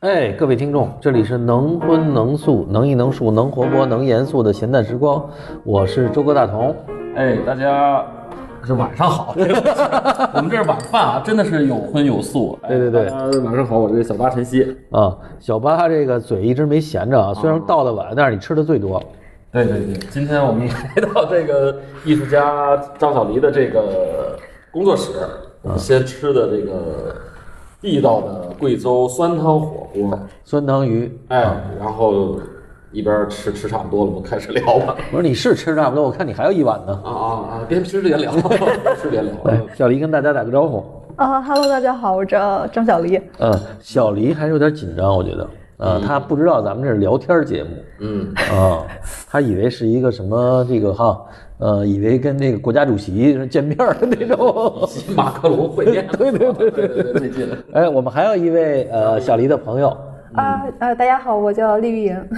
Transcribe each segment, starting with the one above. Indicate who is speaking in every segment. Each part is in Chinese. Speaker 1: 哎，各位听众，这里是能荤能素、能艺能术、能活泼能严肃的闲淡时光，我是周哥大同。
Speaker 2: 哎，大家是晚上 好，对不起我们这是晚饭啊，真的是有荤有素。哎
Speaker 1: 对对对
Speaker 2: 大家晚上好，我是小八晨曦。
Speaker 1: 啊，小八这个嘴一直没闲着啊，虽然到的晚，但是你吃的最多。
Speaker 2: 对对对，今天我们来到这个艺术家张小黎的这个工作室，我们先吃的这个地道的贵州酸汤火锅。
Speaker 1: 酸汤鱼，
Speaker 2: 哎，然后一边吃吃差不多了，我们开始聊吧。
Speaker 1: 我说你是吃差不多，我看你还有一碗呢。
Speaker 2: 啊啊啊！边吃 边聊，哎边吃边聊。
Speaker 1: 来，小黎跟大家打个招呼。
Speaker 3: 啊哈喽，大家好，我叫张小黎。
Speaker 1: 嗯、小黎还是有点紧张，我觉得。啊，他不知道咱们这是聊天节目。
Speaker 2: 嗯，
Speaker 1: 啊，他以为是一个什么这个哈，呃，以为跟那个国家主席见面儿的那种。
Speaker 2: 马克龙会面。
Speaker 1: 对对对
Speaker 2: 对对对，最近。
Speaker 1: 哎，我们还有一位呃小黎的朋友，嗯
Speaker 3: 啊呃，大家好，我叫丽玉莹，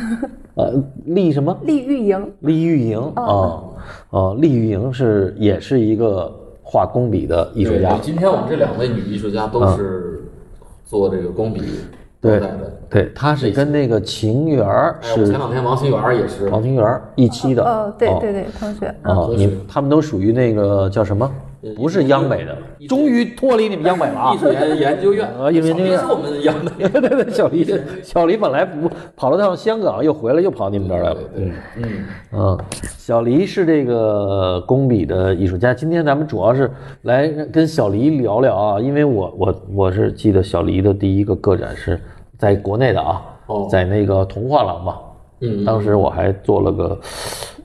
Speaker 1: 呃，厉什么？
Speaker 3: 丽玉莹。
Speaker 1: 厉玉莹
Speaker 3: 哦
Speaker 1: 啊，啊，厉玉莹是也是一个画工笔的艺术
Speaker 2: 对，
Speaker 1: 家，嗯
Speaker 2: 今天我们这两位女艺术家都是做这个工笔
Speaker 1: 对
Speaker 2: 当代的。
Speaker 1: 对，她是跟那个秦源儿
Speaker 2: 哎，我前
Speaker 1: 是
Speaker 2: 两天王新元也是
Speaker 1: 王秦源儿一期的，
Speaker 3: 哦，对
Speaker 1: 哦
Speaker 3: 对对，同学。
Speaker 1: 啊，呃你们他们都属于那个叫什么？不是央美的，终于脱离你们央美了啊
Speaker 2: 艺！术研研究院，
Speaker 1: 啊艺术研究院
Speaker 2: 小黎是我们养的。
Speaker 1: 对对对，小黎，小黎本来不跑了趟香港，又回来，又跑你们这儿来了。嗯
Speaker 2: 嗯，
Speaker 1: 嗯，小黎是这个工笔的艺术家。今天咱们主要是来跟小黎聊聊啊，因为我我我是记得小黎的第一个个展是在国内的啊，
Speaker 2: 哦
Speaker 1: 在那个童画廊嘛。
Speaker 2: 嗯，
Speaker 1: 当时我还做了个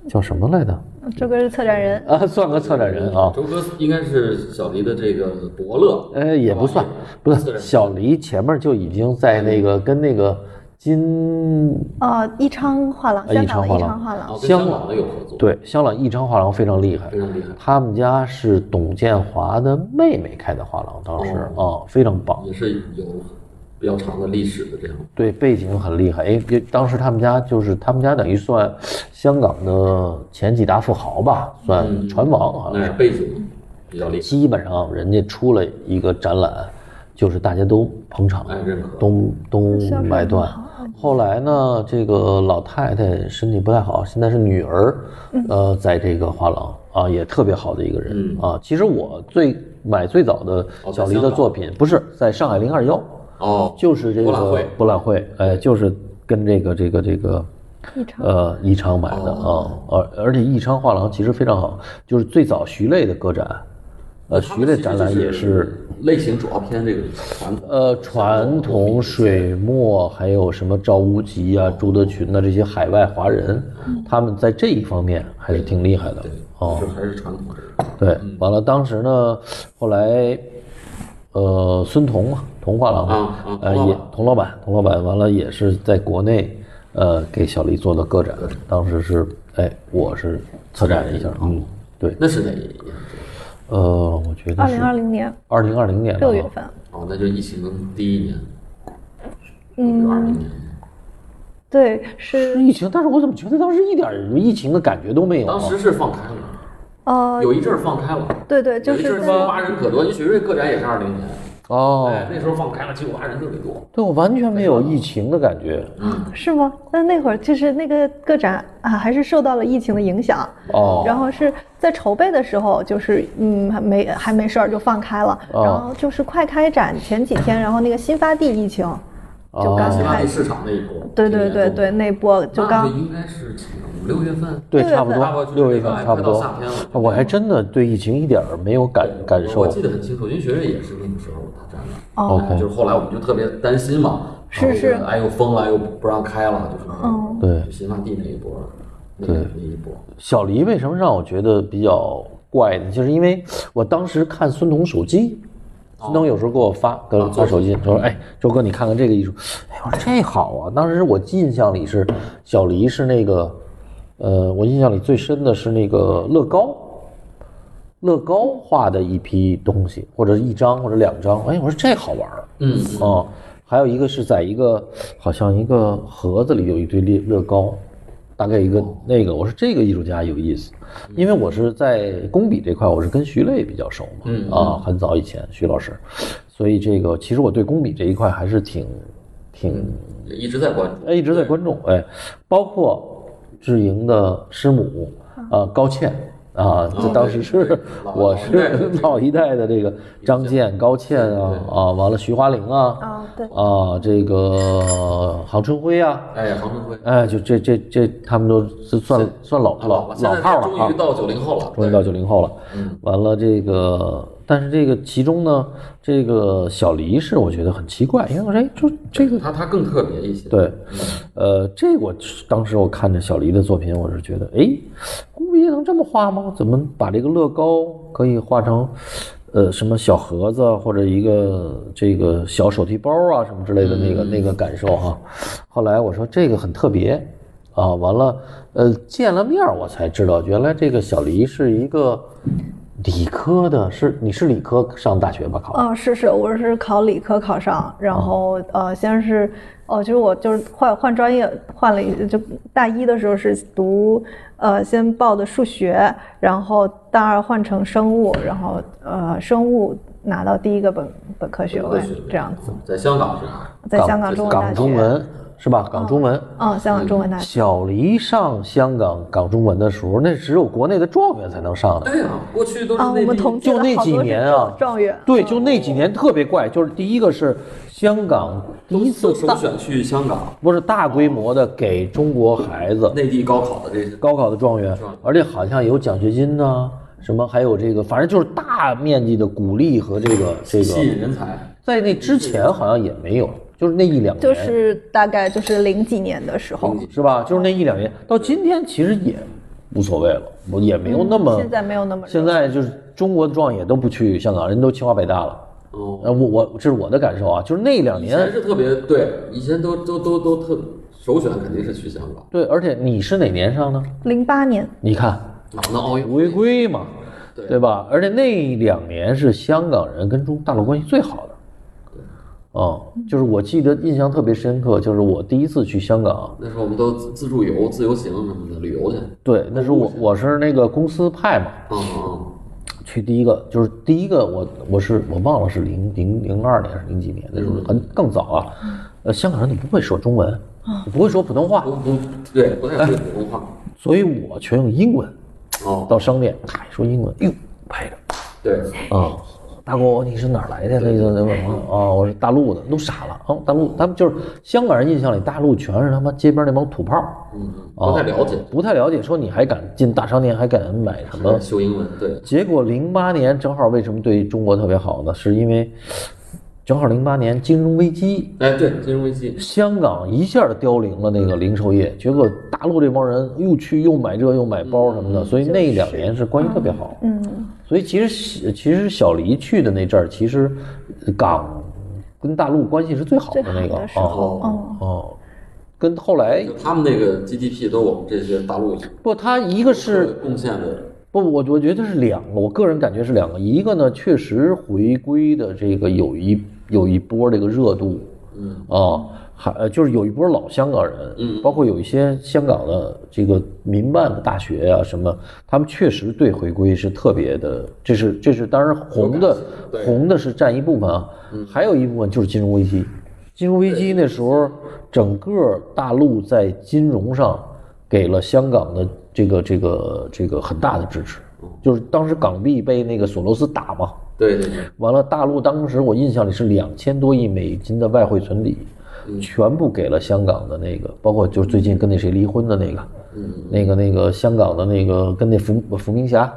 Speaker 1: 叫什么来着？
Speaker 3: 嗯周哥是策展人。
Speaker 1: 啊，算个策展人啊。
Speaker 2: 周哥应该是小黎的这个伯乐。
Speaker 1: 呃，也不算，不是小黎前面就已经在那个跟那个金
Speaker 3: 哦，宜昌画廊，
Speaker 1: 啊
Speaker 3: 香港的
Speaker 1: 宜昌画廊
Speaker 3: 宜昌画
Speaker 2: 然
Speaker 3: 廊。
Speaker 2: 后跟香港的有合作，
Speaker 1: 对香港益昌画廊非常厉害，
Speaker 2: 非常厉害，
Speaker 1: 他们家是董建华的妹妹开的画廊，当时啊、非常棒，
Speaker 2: 也是有比较长的历史的这样。
Speaker 1: 对背景很厉害。哎，别当时他们家就是他们家等于算香港的前几大富豪吧，算船王好像
Speaker 2: 那
Speaker 1: 是。
Speaker 2: 是背景比较厉害，
Speaker 1: 基本上人家出了一个展览，就是大家都捧场
Speaker 2: 哎，认可。
Speaker 1: 都都
Speaker 3: 销售
Speaker 1: 买
Speaker 3: 很
Speaker 1: 断
Speaker 3: 好。啊
Speaker 1: 后来呢，这个老太太身体不太好，现在是女儿，
Speaker 3: 嗯
Speaker 1: 呃，在这个画廊啊，也特别好的一个人
Speaker 2: 嗯
Speaker 1: 啊。其实我最买最早的
Speaker 2: 哦在
Speaker 1: 小黎
Speaker 2: 香
Speaker 1: 的
Speaker 2: 港
Speaker 1: 作品，不是在上海零二幺，
Speaker 2: 哦，
Speaker 1: 就是这
Speaker 2: 博览
Speaker 1: 个
Speaker 2: 会
Speaker 1: 博览会，哎，就是跟这个这个这个。
Speaker 3: 宜昌。
Speaker 1: 呃，宜昌买的
Speaker 2: 哦
Speaker 1: 啊，而而且宜昌画廊其实非常好，就是最早徐类的个展，呃，
Speaker 2: 他
Speaker 1: 徐
Speaker 2: 们
Speaker 1: 类
Speaker 2: 其实
Speaker 1: 展览
Speaker 2: 就
Speaker 1: 也是
Speaker 2: 类型主要偏这个传统。
Speaker 1: 呃，传统水墨还有什么赵无极
Speaker 2: 哦
Speaker 1: 啊、朱德群啊这些海外华人，他们在这一方面还是挺厉害的。哦
Speaker 2: 就，还嗯是嗯传统这个。
Speaker 1: 对，完了，当时呢，后来，呃，孙彤嘛，童画廊嘛
Speaker 2: 啊啊，
Speaker 1: 呃，
Speaker 2: 童老
Speaker 1: 也
Speaker 2: 板
Speaker 1: 童老板，童老板，完了也是在国内，呃，给小黎做的个展，当时是，哎，我是策展一下，嗯，对，
Speaker 2: 那是哪一年？
Speaker 1: 呃，我觉得
Speaker 3: 二
Speaker 1: 是
Speaker 3: 零二零年
Speaker 1: 二零二零年的
Speaker 3: 六
Speaker 1: 啊
Speaker 3: 月份，
Speaker 2: 哦，那就疫情第一年，嗯，二零年，
Speaker 3: 对，是
Speaker 1: 是疫情，但是我怎么觉得当时一点儿疫情的感觉都没有啊？
Speaker 2: 当时是放开了，
Speaker 3: 呃，
Speaker 2: 有一阵儿放开了，
Speaker 3: 对对，就
Speaker 2: 有一阵
Speaker 3: 是
Speaker 2: 儿
Speaker 3: 在
Speaker 2: 清华人可多，你雪瑞个展也是二零年，
Speaker 1: 哦，
Speaker 2: 哎，那时候放开了，清华人特别多，
Speaker 1: 对我完全没有疫情的感觉。
Speaker 3: 是吗？但那会儿就是那个个展啊，还是受到了疫情的影响。
Speaker 1: 哦
Speaker 3: 然后是在筹备的时候，就是嗯，还没还没事儿就放开了。
Speaker 1: 哦
Speaker 3: 然后就是快开展前几天，然后那个新发地疫情
Speaker 1: 哦
Speaker 3: 就刚
Speaker 2: 新发
Speaker 3: 开
Speaker 2: 地，市场那一波，
Speaker 3: 对对对对，
Speaker 2: 那
Speaker 3: 那波
Speaker 1: 啊
Speaker 3: 就刚
Speaker 2: 应该是几年五六月份，
Speaker 1: 对，
Speaker 3: 六月
Speaker 1: 差不
Speaker 3: 份
Speaker 1: 多，六月份差不
Speaker 2: 快到
Speaker 1: 多啊
Speaker 2: 夏天了。
Speaker 1: 我还真的对疫情一点儿没有感感受
Speaker 2: 我。记得很清楚，因为学瑞也是那个时候他展览。
Speaker 3: 哦
Speaker 1: OK
Speaker 2: 就是后来我们就特别担心嘛，
Speaker 3: 是
Speaker 2: 然后
Speaker 3: 是
Speaker 2: 就哎又封了又不让开了，就是
Speaker 3: 嗯
Speaker 1: 对
Speaker 2: 就新发地那一波，那个那一波，
Speaker 1: 小黎为什么让我觉得比较怪呢？就是因为我当时看孙彤手机，孙彤有时候给我发给我发手机，他说：“哎，周哥，你看看这个艺术。”哎，我说这好啊！当时我印象里是小黎是那个，呃，我印象里最深的是那个乐高。乐高画的一批东西，或者一张或者两张，哎，我说这好玩儿，
Speaker 2: 嗯，
Speaker 1: 哦，还有一个是在一个好像一个盒子里有一堆乐乐高，大概一个那个，我说这个艺术家有意思，因为我是在工笔这块，我是跟徐磊比较熟嘛，
Speaker 2: 嗯
Speaker 1: 啊，很早以前徐老师，所以这个其实我对工笔这一块还是挺挺
Speaker 4: 也一直在关注。
Speaker 1: 哎一直在关注，哎，包括智莹的师母呃高倩啊，这当时 是
Speaker 2: 老
Speaker 1: 我
Speaker 2: 老一代
Speaker 1: 是 老一代的
Speaker 2: 的这个
Speaker 1: 这个张健、高倩啊啊，完了徐华玲啊
Speaker 3: 啊，对，
Speaker 1: 啊，这个杭春辉啊，
Speaker 4: 哎，黄春辉
Speaker 1: 哎，就这这这，他们都是算算老老
Speaker 4: 啊了，现
Speaker 1: 老
Speaker 4: 在
Speaker 1: 炮儿了
Speaker 4: 终于
Speaker 1: 啊，
Speaker 4: 到九零后了，
Speaker 1: 终于到九零后了。完了这个，但是这个其中呢，这个小黎是我觉得很奇怪，因为我说哎，就这个
Speaker 4: 他他更特别一些。
Speaker 1: 对，呃，这我当时我看着小黎的作品，我是觉得哎，工笔也能这么画吗？怎么把这个乐高可以画成？呃，什么小盒子或者一个这个小手提包啊，什么之类的那个、
Speaker 3: 嗯
Speaker 1: 那个感受哈、后来我说这个很特别，啊，完了，呃，见了面儿我才知道，原来这个小黎是一个理科的，是你是理科上大学吧？考
Speaker 3: 嗯，是是，我是考理科考上，然
Speaker 1: 哦
Speaker 3: 后呃，先是哦，就是我就是换换专业，换了一就大一的时候是读呃先报的数学，然后大二换成生物，然后呃生物拿到第一个本本科学位
Speaker 4: 本科学位，
Speaker 3: 这样子，
Speaker 4: 嗯在香港是吧？
Speaker 3: 在香港中文大
Speaker 1: 港中
Speaker 3: 学，
Speaker 1: 文是吧？港中文。
Speaker 3: 嗯，香港中文大学，
Speaker 1: 小黎上香港港中文的时候，那只有国内的状元才能上的。
Speaker 4: 对啊，过去都是
Speaker 3: 啊，我
Speaker 4: 内
Speaker 3: 们
Speaker 4: 地
Speaker 3: 同届
Speaker 1: 嗯就
Speaker 3: 的
Speaker 1: 那
Speaker 3: 好
Speaker 1: 几
Speaker 3: 多是
Speaker 1: 年啊
Speaker 3: 状元，
Speaker 1: 对，就那几年特别怪，就是第一个是香港第一次
Speaker 4: 都首
Speaker 1: 大，
Speaker 4: 选去香港
Speaker 1: 不是大规模的给中国孩子
Speaker 4: 内地高考的这些。
Speaker 1: 高考的状元，而且好像有奖学金呐，什么还有这个，反正就是大面积的鼓励和这个这
Speaker 4: 吸
Speaker 1: 个，
Speaker 4: 引人才，
Speaker 1: 在那之前好像也没有，就是那一两年，
Speaker 3: 就是大概就是零几年的时候，
Speaker 1: 是吧？就是那一两年，到今天其实也无所谓了，我也没有那么
Speaker 3: 嗯现在没有那么热
Speaker 1: 现在就是中国的状元也都不去香港，人都清华北大了。
Speaker 4: 哦，
Speaker 1: 呃，我我这是我的感受啊，就是那两
Speaker 4: 以前
Speaker 1: 年，
Speaker 4: 是特别对，以前都都都都特首选肯定是去香港，
Speaker 1: 对，而且你是哪年上呢？
Speaker 3: 零八年，
Speaker 1: 你看
Speaker 4: 啊，那奥运会
Speaker 1: 违规嘛，
Speaker 4: 对
Speaker 1: 对吧？而且那两年是香港人跟中大陆关系最好的。哦、就是我记得印象特别深刻，就是我第一次去香港，
Speaker 4: 那时候我们都自自助游、自由行什么的旅游去，
Speaker 1: 对，那时候我我是那个公司派嘛，
Speaker 4: 嗯嗯，
Speaker 1: 去第一个就是第一个我我是我忘了是零零零二年还是零几年那时候很更早啊，呃香港人都不会说中文，不会说普通话
Speaker 4: 不，嗯不对，不太会普通话，
Speaker 1: 所以我全用英文。
Speaker 4: 哦，
Speaker 1: 到商店，咔一说英文，哟拍着
Speaker 4: 对，
Speaker 1: 啊，大哥你是哪儿来的？那个那个啊，我是大陆的，都傻了啊，大陆他们就是香港人印象里大陆全是他妈街边那帮土炮儿，
Speaker 4: 嗯，嗯
Speaker 1: 哦
Speaker 4: 不太了解，
Speaker 1: 不太了解，说你还敢进大商店，还敢买什么
Speaker 4: 还是修英文，对，
Speaker 1: 结果零八年正好为什么对中国特别好呢？是因为正好零八年金融危机，
Speaker 4: 哎，对，金融危机，
Speaker 1: 香港一下儿凋零了那个零售业，结果大陆这帮人又去又买这又买包什么的，所以那两年是关系特别好。
Speaker 3: 嗯，
Speaker 1: 所以其实小其实小黎去的那阵儿，其实港跟大陆关系是最好的
Speaker 3: 最好
Speaker 1: 那个
Speaker 3: 的时候
Speaker 1: 哦哦，跟后来
Speaker 4: 就他们那个 GDP 都我们这些大陆
Speaker 1: 不，他一个是
Speaker 4: 贡献的，
Speaker 1: 不，我我觉得是两个，我个人感觉是两个。一个呢，确实回归的这个有一有一波这个热度，嗯啊，还呃就是有一波老香港人，嗯，包括有一些香港的这个民办的大学呀、什么，他们确实对回归是特别的，这是这是当然红的
Speaker 4: 对
Speaker 1: 红的是占一部分啊，还有一部分就是金融危机，金融危机那时候整个大陆在金融上。给了香港的这个这个这个很大的支持，就是当时港币被那个索罗斯打嘛，
Speaker 4: 对对对，
Speaker 1: 完了大陆当时我印象里是两千多亿美金的外汇存底，全部给了香港的那个，包括就是最近跟那谁离婚的那个，那个那个香港的那个跟那伏伏明霞，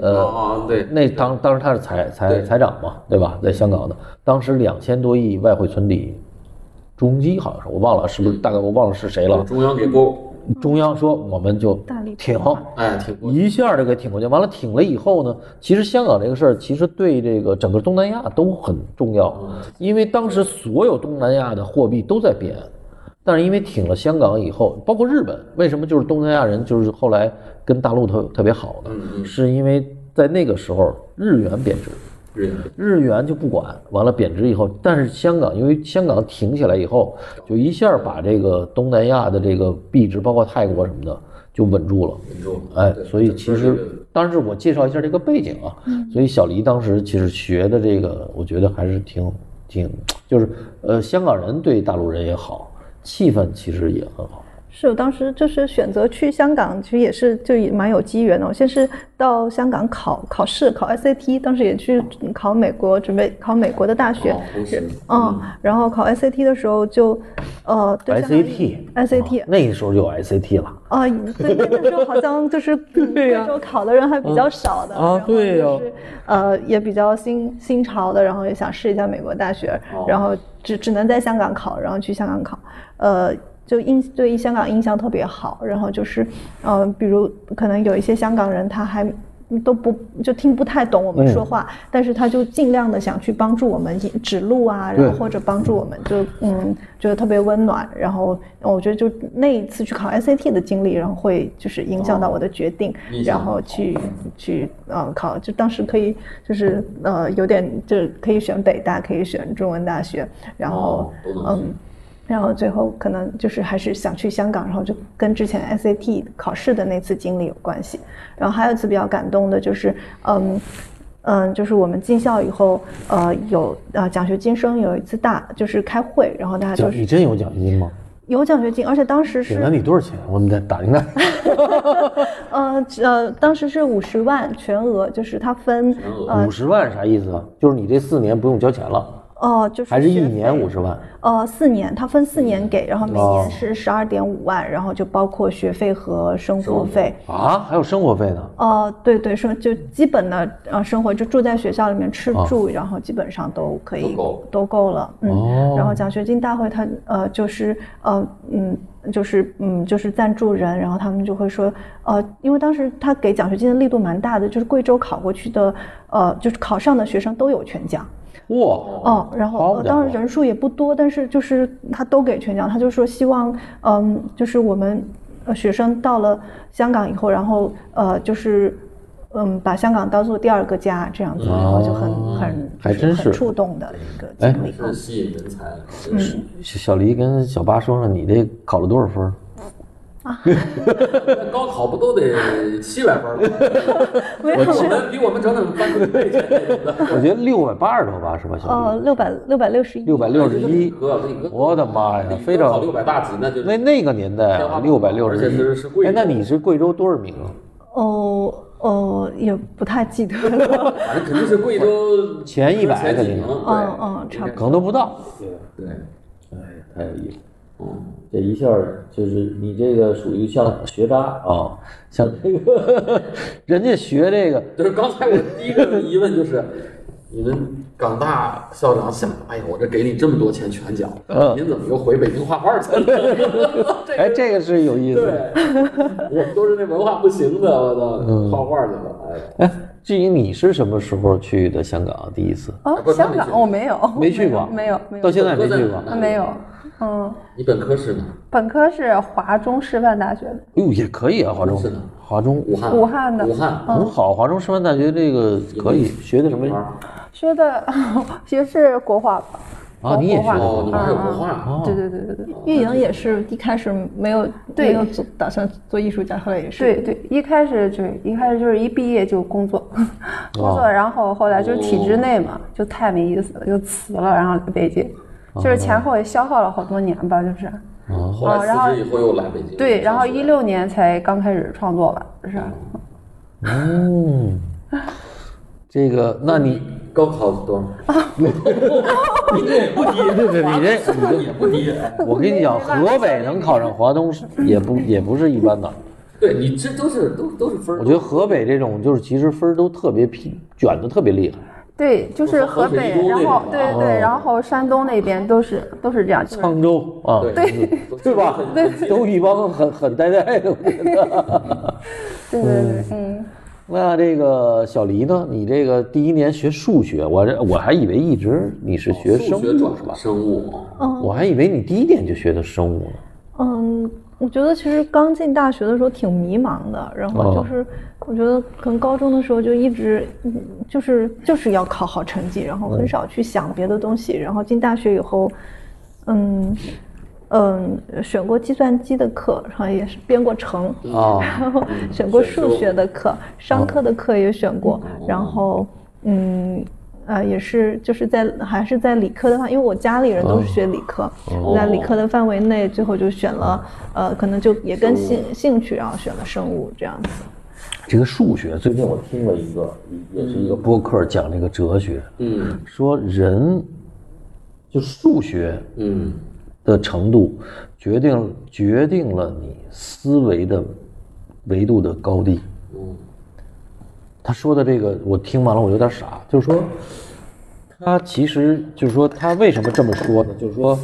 Speaker 1: 呃，
Speaker 4: 啊啊对，
Speaker 1: 那当当时他是财财
Speaker 4: 对
Speaker 1: 财长嘛，对吧？在香港的，当时两千多亿外汇存底，朱镕基好像是我忘了是不是，大概我忘了是谁了。
Speaker 4: 中央给拨，
Speaker 1: 中央说我们就
Speaker 3: 大力
Speaker 1: 挺
Speaker 3: 捧，场
Speaker 4: 哎，挺多，
Speaker 1: 一下就给挺过去。完了，挺了以后呢，其实香港这个事儿，其实对这个整个东南亚都很重要，因为当时所有东南亚的货币都在贬，但是因为挺了香港以后，包括日本，为什么就是东南亚人就是后来跟大陆特特别好呢？是因为在那个时候日元贬值。
Speaker 4: 日元
Speaker 1: 日元就不管，完了贬值以后，但是香港因为香港挺起来以后，就一下把这个东南亚的这个币值，包括泰国什么的，就稳住了。
Speaker 4: 稳住，
Speaker 1: 哎
Speaker 4: 对，
Speaker 1: 所以
Speaker 4: 整个
Speaker 1: 其
Speaker 4: 这
Speaker 1: 实
Speaker 4: 个，
Speaker 1: 当时我介绍一下这个
Speaker 3: 嗯
Speaker 1: 背景啊。所以小黎当时其实学的这个，我觉得还是挺挺就是呃，香港人对大陆人也好，气氛其实也很好。
Speaker 3: 是，当时就是选择去香港，其实也是就也蛮有机缘的。我先是到香港考考试，考 SAT，当时也去考美国，准备考美国的大学。
Speaker 4: 哦都是
Speaker 3: 嗯，然后考 SAT 的时候就，呃，对香港
Speaker 1: SAT 啊
Speaker 3: SAT
Speaker 1: 那个时候就有 SAT 了。
Speaker 3: 啊，对，那时候好像就是 贵州考的人还比较少的
Speaker 1: 啊啊
Speaker 3: 然后
Speaker 1: 对呀
Speaker 3: 就是呃，也比较新新潮的，然后也想试一下美国大学，
Speaker 1: 哦
Speaker 3: 然后只只能在香港考，然后去香港考，呃。就印对香港印象特别好，然后就是，嗯、比如可能有一些香港人他还都不就听不太懂我们说
Speaker 4: 嗯
Speaker 3: 话，但是他就尽量的想去帮助我们引指路啊，然后
Speaker 1: 对
Speaker 3: 或者帮助我们，就嗯觉得特别温暖。然后我觉得就那一次去考 SAT 的经历，然后会就是影响到我的决定，
Speaker 4: 影响
Speaker 3: 然后去去呃考，就当时可以就是呃有点就是可以选北大，可以选中文大学，然后、
Speaker 4: 哦都能
Speaker 3: 嗯。然后最后可能就是还是想去香港，然后就跟之前 SAT 考试的那次经历有关系。然后还有一次比较感动的就是，嗯。嗯，就是我们进校以后，呃，有呃奖学金生有一次大就是开会，然后大家
Speaker 1: 奖，
Speaker 3: 就是
Speaker 1: 你真有奖学金吗？
Speaker 3: 有奖学金，而且当时
Speaker 1: 给了
Speaker 3: 是
Speaker 1: 你多少钱？我们得打听打听。
Speaker 3: 呃呃，当时是五十万全额，就是它分
Speaker 1: 嗯
Speaker 3: 呃
Speaker 1: 五十万啥意思啊？就是你这四年不用交钱了，
Speaker 3: 哦、就是
Speaker 1: 还是一
Speaker 3: 学
Speaker 1: 年
Speaker 3: 费
Speaker 1: 五十万？
Speaker 3: 呃，四年，它分四年给，然后每
Speaker 1: 哦
Speaker 3: 年是十二点五万，然后就包括学费和生活费。
Speaker 1: 啊，还有生活费呢？
Speaker 3: 呃，对对，生就基本的呃生活就住在学校里面吃住，然后基本上都可以
Speaker 4: 都够
Speaker 3: 都够了，嗯。
Speaker 1: 哦
Speaker 3: 然后奖学金大会它呃就是呃嗯。就是嗯，就是赞助人，然后他们就会说，呃，因为当时他给奖学金的力度蛮大的，就是贵州考过去的，呃，就是考上的学生都有全奖，
Speaker 1: 哇，
Speaker 3: 哦，然后、
Speaker 1: 好
Speaker 3: 呃
Speaker 1: 家伙
Speaker 3: 当然人数也不多，但是就是他都给全奖，他就说希望，嗯，就是我们呃学生到了香港以后，然后呃就是。嗯，把香港当做第二个家这样子，然后就很很
Speaker 1: 哦还真是哎
Speaker 3: 很触动的一个经历。
Speaker 4: 是吸引人才了，真是
Speaker 1: 小小黎跟小八说说你这考了多少 分儿？
Speaker 4: 那高考不都得七百分儿吗？
Speaker 3: 没有
Speaker 4: 比我们比我们整整翻个倍钱那种的。
Speaker 1: 我觉得六百八十多吧，是吧，小
Speaker 3: 呃，
Speaker 1: 黎？
Speaker 3: 六百六百六十一，
Speaker 1: 六百六十一，
Speaker 4: 哥，那个
Speaker 1: 我的妈呀，非
Speaker 4: 考
Speaker 1: 常
Speaker 4: 六百大几，那就
Speaker 1: 那那个年代
Speaker 4: 天
Speaker 1: 啊，
Speaker 4: 花板
Speaker 1: 六百六
Speaker 4: 而且
Speaker 1: 十
Speaker 4: 是
Speaker 1: 一
Speaker 4: 是贵
Speaker 1: 哎，那你是贵州多少名啊？
Speaker 3: 哦哦，也不太记得 了。
Speaker 4: 反正肯定是贵州
Speaker 1: 前100
Speaker 4: 前几
Speaker 1: 肯定
Speaker 4: 名，对
Speaker 3: 嗯嗯，差不
Speaker 1: 可能都不到。
Speaker 4: 对，
Speaker 1: 太有意思。哎
Speaker 4: 嗯
Speaker 1: 这一下儿就是你这个属于像学渣啊、
Speaker 4: 嗯
Speaker 1: 像这个人家学这个
Speaker 4: 就是刚才我第一个疑问就是，你们港大校长想，哎呀，我这给你这么多钱全奖，
Speaker 1: 嗯
Speaker 4: 您怎么又回北京画画去了？
Speaker 1: 哎，这个是有意思的。
Speaker 4: 我们都是那文化不行的，我
Speaker 1: 嗯
Speaker 4: 操，画画去了，哎呀。
Speaker 1: 哎，至于你是什么时候去的香港？啊第一次
Speaker 4: 不
Speaker 5: 哦，
Speaker 4: 是
Speaker 5: 香
Speaker 4: 没去
Speaker 5: 港我没有，
Speaker 1: 没去过，
Speaker 5: 没有，没有，
Speaker 1: 到现在没去过。
Speaker 5: 在啊没有。嗯，
Speaker 4: 你本科是哪？
Speaker 5: 本科是华中师范大学的，
Speaker 1: 哟，也可以啊，华中
Speaker 4: 是的，嗯
Speaker 1: 华中
Speaker 4: 武汉。
Speaker 5: 武汉的
Speaker 4: 武汉。
Speaker 1: 很好，华中师范大学这个可以学的什么
Speaker 5: 学 的学是国画吧？
Speaker 1: 啊？你也学的
Speaker 4: 哦，你
Speaker 1: 吗
Speaker 4: 们还有
Speaker 5: 啊
Speaker 4: 文化。
Speaker 1: 哦
Speaker 5: 对对对对对。
Speaker 3: 玉莹也是一开始没有
Speaker 5: 对
Speaker 3: 没有做打算做艺术家，后来也是
Speaker 5: 对对，一开始就一开始就是一毕业就工作， 工作，然后后来就是体制内嘛，就太没意思了，就辞了，然后来北京，就是前后也消耗了好多年吧，就是。
Speaker 1: 哦啊
Speaker 4: 后来辞职以后又来北京。
Speaker 5: 哦对，然后一六年才刚开始创作吧，是吧？
Speaker 1: 嗯，这个，那你
Speaker 4: 高考多少？你这也不低，
Speaker 1: 对对， 你这
Speaker 4: 这也不低。
Speaker 1: 我跟你讲，河北能考上华东是也不也不是一般的。
Speaker 4: 对你这都是都都是分
Speaker 1: 我
Speaker 4: 儿。
Speaker 1: 觉得河北这种就是其实分儿都特别拼，卷的特别厉害。
Speaker 5: 对，就是河北，然后对对，然后山东那边都是都是这样，就是
Speaker 1: 沧州啊，
Speaker 4: 对
Speaker 1: 对吧？都一帮很很呆呆的。我觉 得嗯
Speaker 5: 对对对，嗯，
Speaker 1: 那这个小黎呢？你这个第一年学数学，我这我还以为一直你是哦学生
Speaker 4: 数学
Speaker 1: 物
Speaker 4: 转
Speaker 1: 是吧？
Speaker 4: 生物，
Speaker 1: 我还以为你第一年就学的生物呢。
Speaker 3: 嗯，我觉得其实刚进大学的时候挺迷茫的，然后
Speaker 1: 哦
Speaker 3: 就是我觉得可能高中的时候就一直嗯就是就是要考好成绩，然后很少去想别的东西，然后进大学以后，嗯嗯，选过计算机的课，然后也是编过程，
Speaker 1: 啊，
Speaker 3: 然后选过数学的课，商科的课也选过，然后嗯。呃，也是就是在还是在理科的范，因为我家里人都是学理科，在理科的范围内，最后就选了呃，可能就也跟兴兴趣，然后选了生物这样子。
Speaker 1: 这个数学，最近我听了一个，也是一个播客讲这个哲学，
Speaker 2: 嗯
Speaker 1: 说人就数学
Speaker 2: 嗯
Speaker 1: 的程度决定决定了你思维的维度的高低。
Speaker 2: 嗯，
Speaker 1: 他说的这个我听完了我有点傻，就是说，他其实就是说他为什么这么说呢？就是说，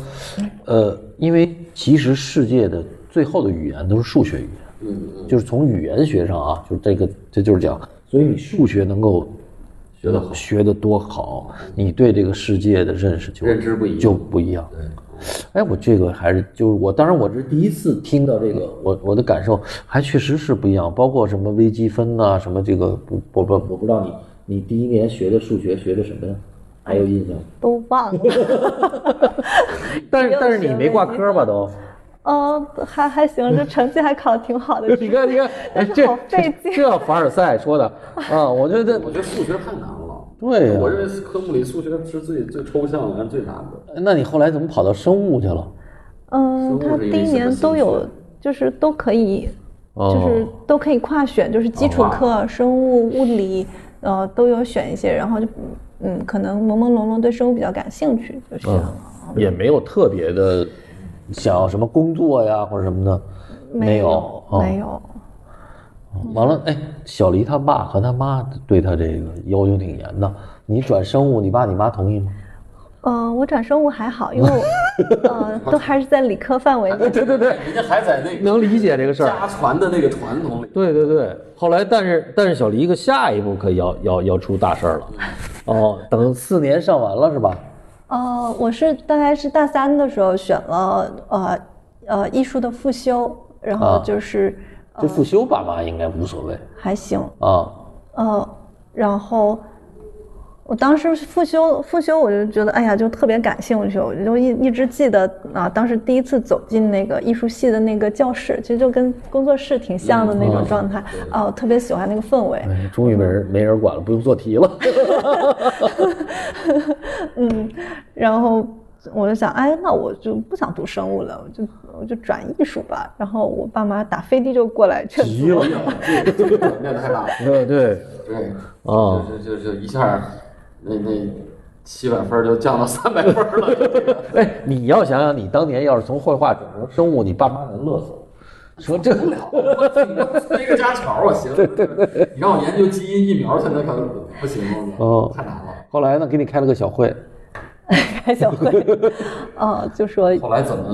Speaker 1: 呃，因为其实世界的最后的语言都是数学语言，嗯嗯，就是从语言学上啊，就是这个这就是讲，所以你数学能够。学得学得多好，你对这个世界的认识就
Speaker 2: 认知不一样
Speaker 1: 就不一样。哎，我这个还是就是我，当然我这是第一次听到这个，我我的感受还确实是不一样。包括什么微积分呐、什么这个不我不我不知道你你第一年学的数学学的什么呀？还有印象？
Speaker 3: 都忘了，
Speaker 1: 但是
Speaker 3: 又
Speaker 1: 但是你
Speaker 3: 学
Speaker 1: 没
Speaker 3: 微
Speaker 1: 挂
Speaker 3: 积
Speaker 1: 科吧都？
Speaker 3: 嗯，还还行，这成绩还考得挺好 的。
Speaker 1: 你看你看，哎
Speaker 3: 但是
Speaker 1: 这
Speaker 3: 好费
Speaker 1: 这这凡尔赛说的啊，我觉得
Speaker 2: 我觉得数学太难了。
Speaker 1: 对啊呀、
Speaker 2: 我认为科目里数学是最最抽象的，也是最难的。
Speaker 1: 那你后来怎么跑到生物去了？
Speaker 3: 嗯，
Speaker 2: 生
Speaker 3: 他
Speaker 2: 物是
Speaker 3: 第
Speaker 2: 一
Speaker 3: 一
Speaker 2: 什么
Speaker 3: 年
Speaker 2: 兴
Speaker 3: 都
Speaker 2: 趣
Speaker 3: 有，就是都可
Speaker 1: 啊
Speaker 3: 以，
Speaker 1: 哦啊
Speaker 3: 就是都可以跨选，就是基础课、生物、物理，呃，都有选一些，然后就嗯，可能朦朦胧胧对生物比较感兴趣，就
Speaker 1: 嗯
Speaker 3: 选了。
Speaker 1: 也没有特别的想要什么工作呀或者什么的，没
Speaker 3: 有，
Speaker 1: 哦
Speaker 3: 没有，
Speaker 1: 完了，哎，小黎他爸和他妈对他这个要求挺严的。你转生物，你爸你妈同意吗？
Speaker 3: 嗯，我转生物还好，因为 我呃都还是在理科范围内。
Speaker 1: 对对对，
Speaker 2: 人家还在那个
Speaker 1: 能理解这个事儿。
Speaker 2: 家传的那个传统里，
Speaker 1: 对对对，后来但是但是小黎一个下一步可要要要出大事儿了。哦，等四年上完了是吧？
Speaker 3: 呃，我是大概是大三的时候选了呃呃艺术的复修，然后
Speaker 1: 啊
Speaker 3: 就是、
Speaker 1: 这复修爸妈应该无所谓
Speaker 3: 还行，
Speaker 1: 啊。
Speaker 3: 呃，然后我当时复修复修，我就觉得哎呀，就特别感兴趣，我就一一直记得啊，当时第一次走进那个艺术系的那个教室，其实就跟工作室挺像的那种状态，啊，我特别喜欢那个氛围，
Speaker 1: 哎，终于没人没人管了，不用做题 了。
Speaker 3: 嗯，然后我就想，哎，那我就不想读生物了，我就我就转艺术吧。然后我爸妈打飞的就过来劝阻我，
Speaker 2: 这个转变太大了。
Speaker 1: 对对，
Speaker 2: 对，
Speaker 1: 哦
Speaker 2: 就就就就一下，那那七百分儿就降到三百分儿了。这个
Speaker 1: 哎，你要想想，你当年要是从绘画转成生物，你爸妈能乐死了。说这不了，
Speaker 2: 一个家常我行，对对对，你让我研究基因疫苗，现在可能不行了，
Speaker 1: 哦
Speaker 2: 太难了。
Speaker 1: 后来呢，给你开了个小会，
Speaker 3: 开小会， 呃，就说
Speaker 2: 后来怎么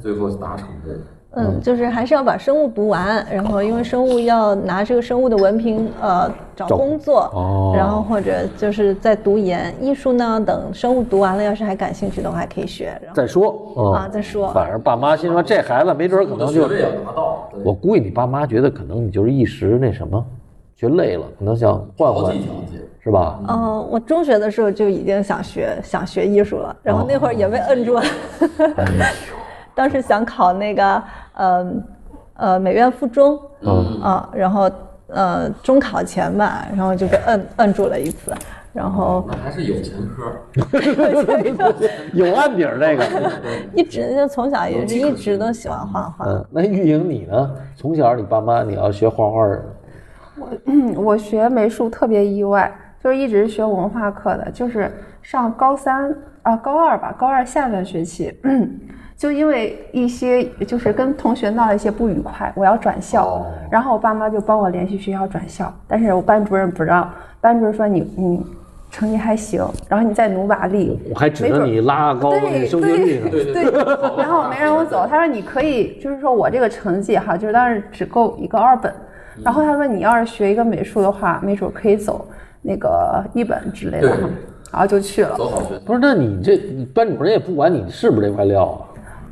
Speaker 2: 最后达成的？
Speaker 3: 嗯，就是还是要把生物读完，然后因为生物要拿这个生物的文凭，呃，找
Speaker 1: 找
Speaker 3: 工作，
Speaker 1: 哦
Speaker 3: 然后或者就是在读研，艺术呢，等生物读完了，要是还感兴趣的话，还可以学。然后
Speaker 1: 再说嗯
Speaker 3: 啊再说
Speaker 1: 哦反正爸妈心说这孩子没准儿可能就
Speaker 2: 学位要拿到，对
Speaker 1: 我估计你爸妈觉得可能你就是一时那什么，学累了，可能想换
Speaker 2: 调
Speaker 1: 换
Speaker 2: 剂，调剂。
Speaker 1: 是吧？
Speaker 3: 呃，我中学的时候就已经想学想学艺术
Speaker 1: 哦
Speaker 3: 了，然后那会儿也被摁住了。
Speaker 1: 哎
Speaker 3: 当时想考那个呃呃美院附中，
Speaker 1: 嗯
Speaker 3: 啊，然后呃中考前吧，然后就被摁摁住了一次，然后
Speaker 2: 那还是有前科，
Speaker 1: 有案底儿那个。
Speaker 3: 一直就从小也是一直都喜欢画 画，
Speaker 1: 嗯，那玉莹你呢？从小你爸妈你要学画画儿，
Speaker 5: 嗯，我学美术特别意外，就是一直学文化课的，就是上高三啊、高二吧，高二下半学期，嗯就因为一些就是跟同学闹了一些不愉快，我要转校，然后我爸妈就帮我联系学校转校，但是我班主任不让，班主任说你你成绩还行，然后你再努把力，
Speaker 1: 我还指
Speaker 5: 没
Speaker 1: 着
Speaker 5: 准
Speaker 1: 你拉高那
Speaker 5: 对
Speaker 1: 升学率呢。
Speaker 5: 对对，然后没让我走，他说你可以，就是说我这个成绩哈，就是当时只够一个二本，然后他说你要是学一个美术的话，没准可以走那个一本之类的哈，然后就去了。
Speaker 2: 走好学。
Speaker 1: 不是，那你这你班主任也不管你是不是这块料啊？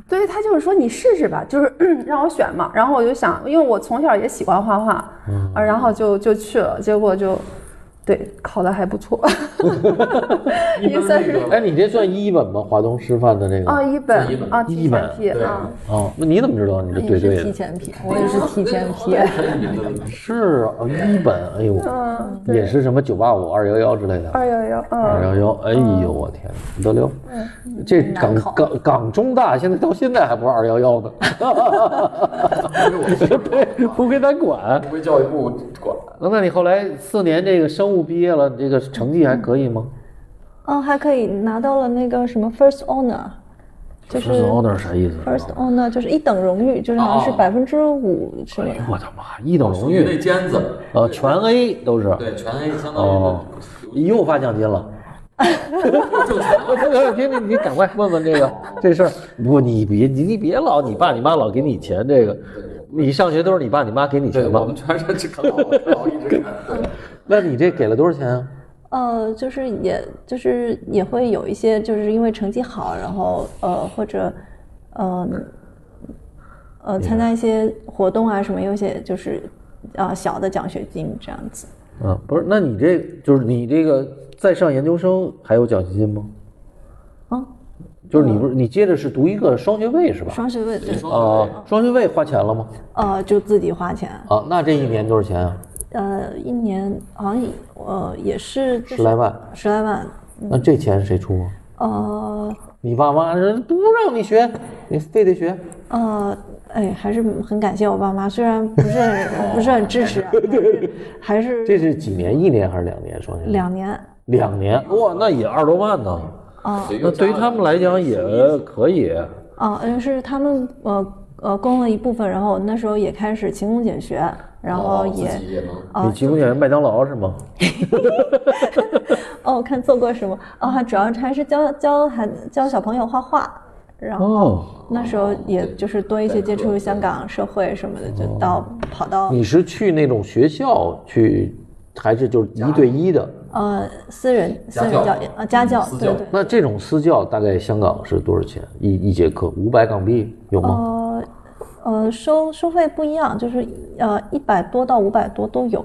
Speaker 5: 对他就是说你试试吧，就是 让我选嘛。呃然后我就想，因为我从小也喜欢画画，啊，然后就就去了，结果就对，考的还不错，
Speaker 6: 一
Speaker 5: 也
Speaker 6: 般
Speaker 5: 算
Speaker 6: 那
Speaker 5: 是
Speaker 6: 个
Speaker 1: 哎，你这算一本吗？华东师范的这个
Speaker 5: 啊，一
Speaker 6: 一
Speaker 5: 本
Speaker 6: 本
Speaker 5: 啊，
Speaker 1: 一
Speaker 5: 提
Speaker 1: 本
Speaker 5: 前批
Speaker 6: 对
Speaker 5: 啊，
Speaker 1: 哦，那你怎么知道你这
Speaker 3: 也
Speaker 1: 对
Speaker 3: 哎是
Speaker 1: 对
Speaker 3: 提
Speaker 1: 的？
Speaker 3: 前批，我也是
Speaker 4: 啊
Speaker 3: 提前批。
Speaker 1: 是啊，一本，哎呦，
Speaker 5: 嗯，对
Speaker 1: 也是什么九八五、二幺幺之类的。
Speaker 5: 二幺幺，
Speaker 1: 二
Speaker 5: 嗯，
Speaker 1: 幺幺，哎呦，我天，不得了！这港港港中大现在到现在还不是二幺幺 呢，对不归咱管。
Speaker 4: 不归教育部管。
Speaker 1: 那你后来四年这个生物毕业了，你这个成绩还可以吗？
Speaker 3: 哦
Speaker 7: 嗯，还可以拿到了那个什么 first honor，就是
Speaker 1: honor 哦啥意思
Speaker 7: first honor 就是一等荣誉，就是好像是百分之五是
Speaker 1: 哎呦我的妈，一等荣
Speaker 4: 哦属于那
Speaker 1: 誉，
Speaker 4: 尖子，
Speaker 1: 呃，全 A 都是。
Speaker 4: 对，全 A 相当于
Speaker 1: 哦，你又发奖金了。 我特别想听听，你赶快问问这个这事儿。不，你别你你别老你爸你妈老给你钱，这个你上学都是你爸你妈给你
Speaker 4: 对，
Speaker 1: 钱
Speaker 4: 我
Speaker 1: 吗
Speaker 4: 们？全是这个老老一直看，对，
Speaker 1: 那你这给了多少钱啊？
Speaker 3: 呃，就是也就是也会有一些，就是因为成绩好，然后呃或者呃呃参加一些活动啊什么，有一些就是呃小的奖学金这样子。
Speaker 1: 嗯，不是，那你这就是你这个再上研究生还有奖学金吗？
Speaker 3: 啊，
Speaker 1: 就是你不是你接着是读一个双学位是吧？
Speaker 3: 双学位对，
Speaker 1: 啊，双学位花钱了吗？
Speaker 3: 呃就自己花钱，
Speaker 1: 啊，那这一年多少钱啊？
Speaker 3: 呃一年好像也呃也是就是
Speaker 1: 十来万。
Speaker 3: 十来万，
Speaker 1: 那这钱谁出啊？
Speaker 3: 呃
Speaker 1: 你爸妈人不让你学，你非得学。
Speaker 3: 呃，哎，还是很感谢我爸妈，虽然不是很不是很支 持啊，还是还
Speaker 1: 这
Speaker 3: 是
Speaker 1: 是几年？一年还是两年？双学位？
Speaker 3: 两年。
Speaker 1: 两年，哇，那也二十多万呢。
Speaker 3: 啊
Speaker 1: 那对于他们来讲也可以。
Speaker 3: 啊，就是他们呃呃供了一部分，然后我那时候也开始勤工俭学，然后也
Speaker 4: 自己也能
Speaker 3: 啊
Speaker 1: 你提供点麦当劳是吗？
Speaker 3: 哦，看做过什么啊，主要还是教教还教小朋友画画，然后
Speaker 1: 哦，
Speaker 3: 那时候也就是多一些接触香港社会什么的，
Speaker 1: 哦
Speaker 3: 就到跑到
Speaker 1: 你是去那种学校去，还是就是一对一的？
Speaker 3: 呃私人私
Speaker 4: 家
Speaker 3: 人
Speaker 4: 教嗯
Speaker 3: 教育啊家教，
Speaker 4: 私
Speaker 3: 对
Speaker 4: 教
Speaker 3: 对，
Speaker 1: 那这种私教大概香港是多少钱一一节课？五百港币有吗？
Speaker 3: 呃呃收收费不一样，就是呃一百多到五百多都有。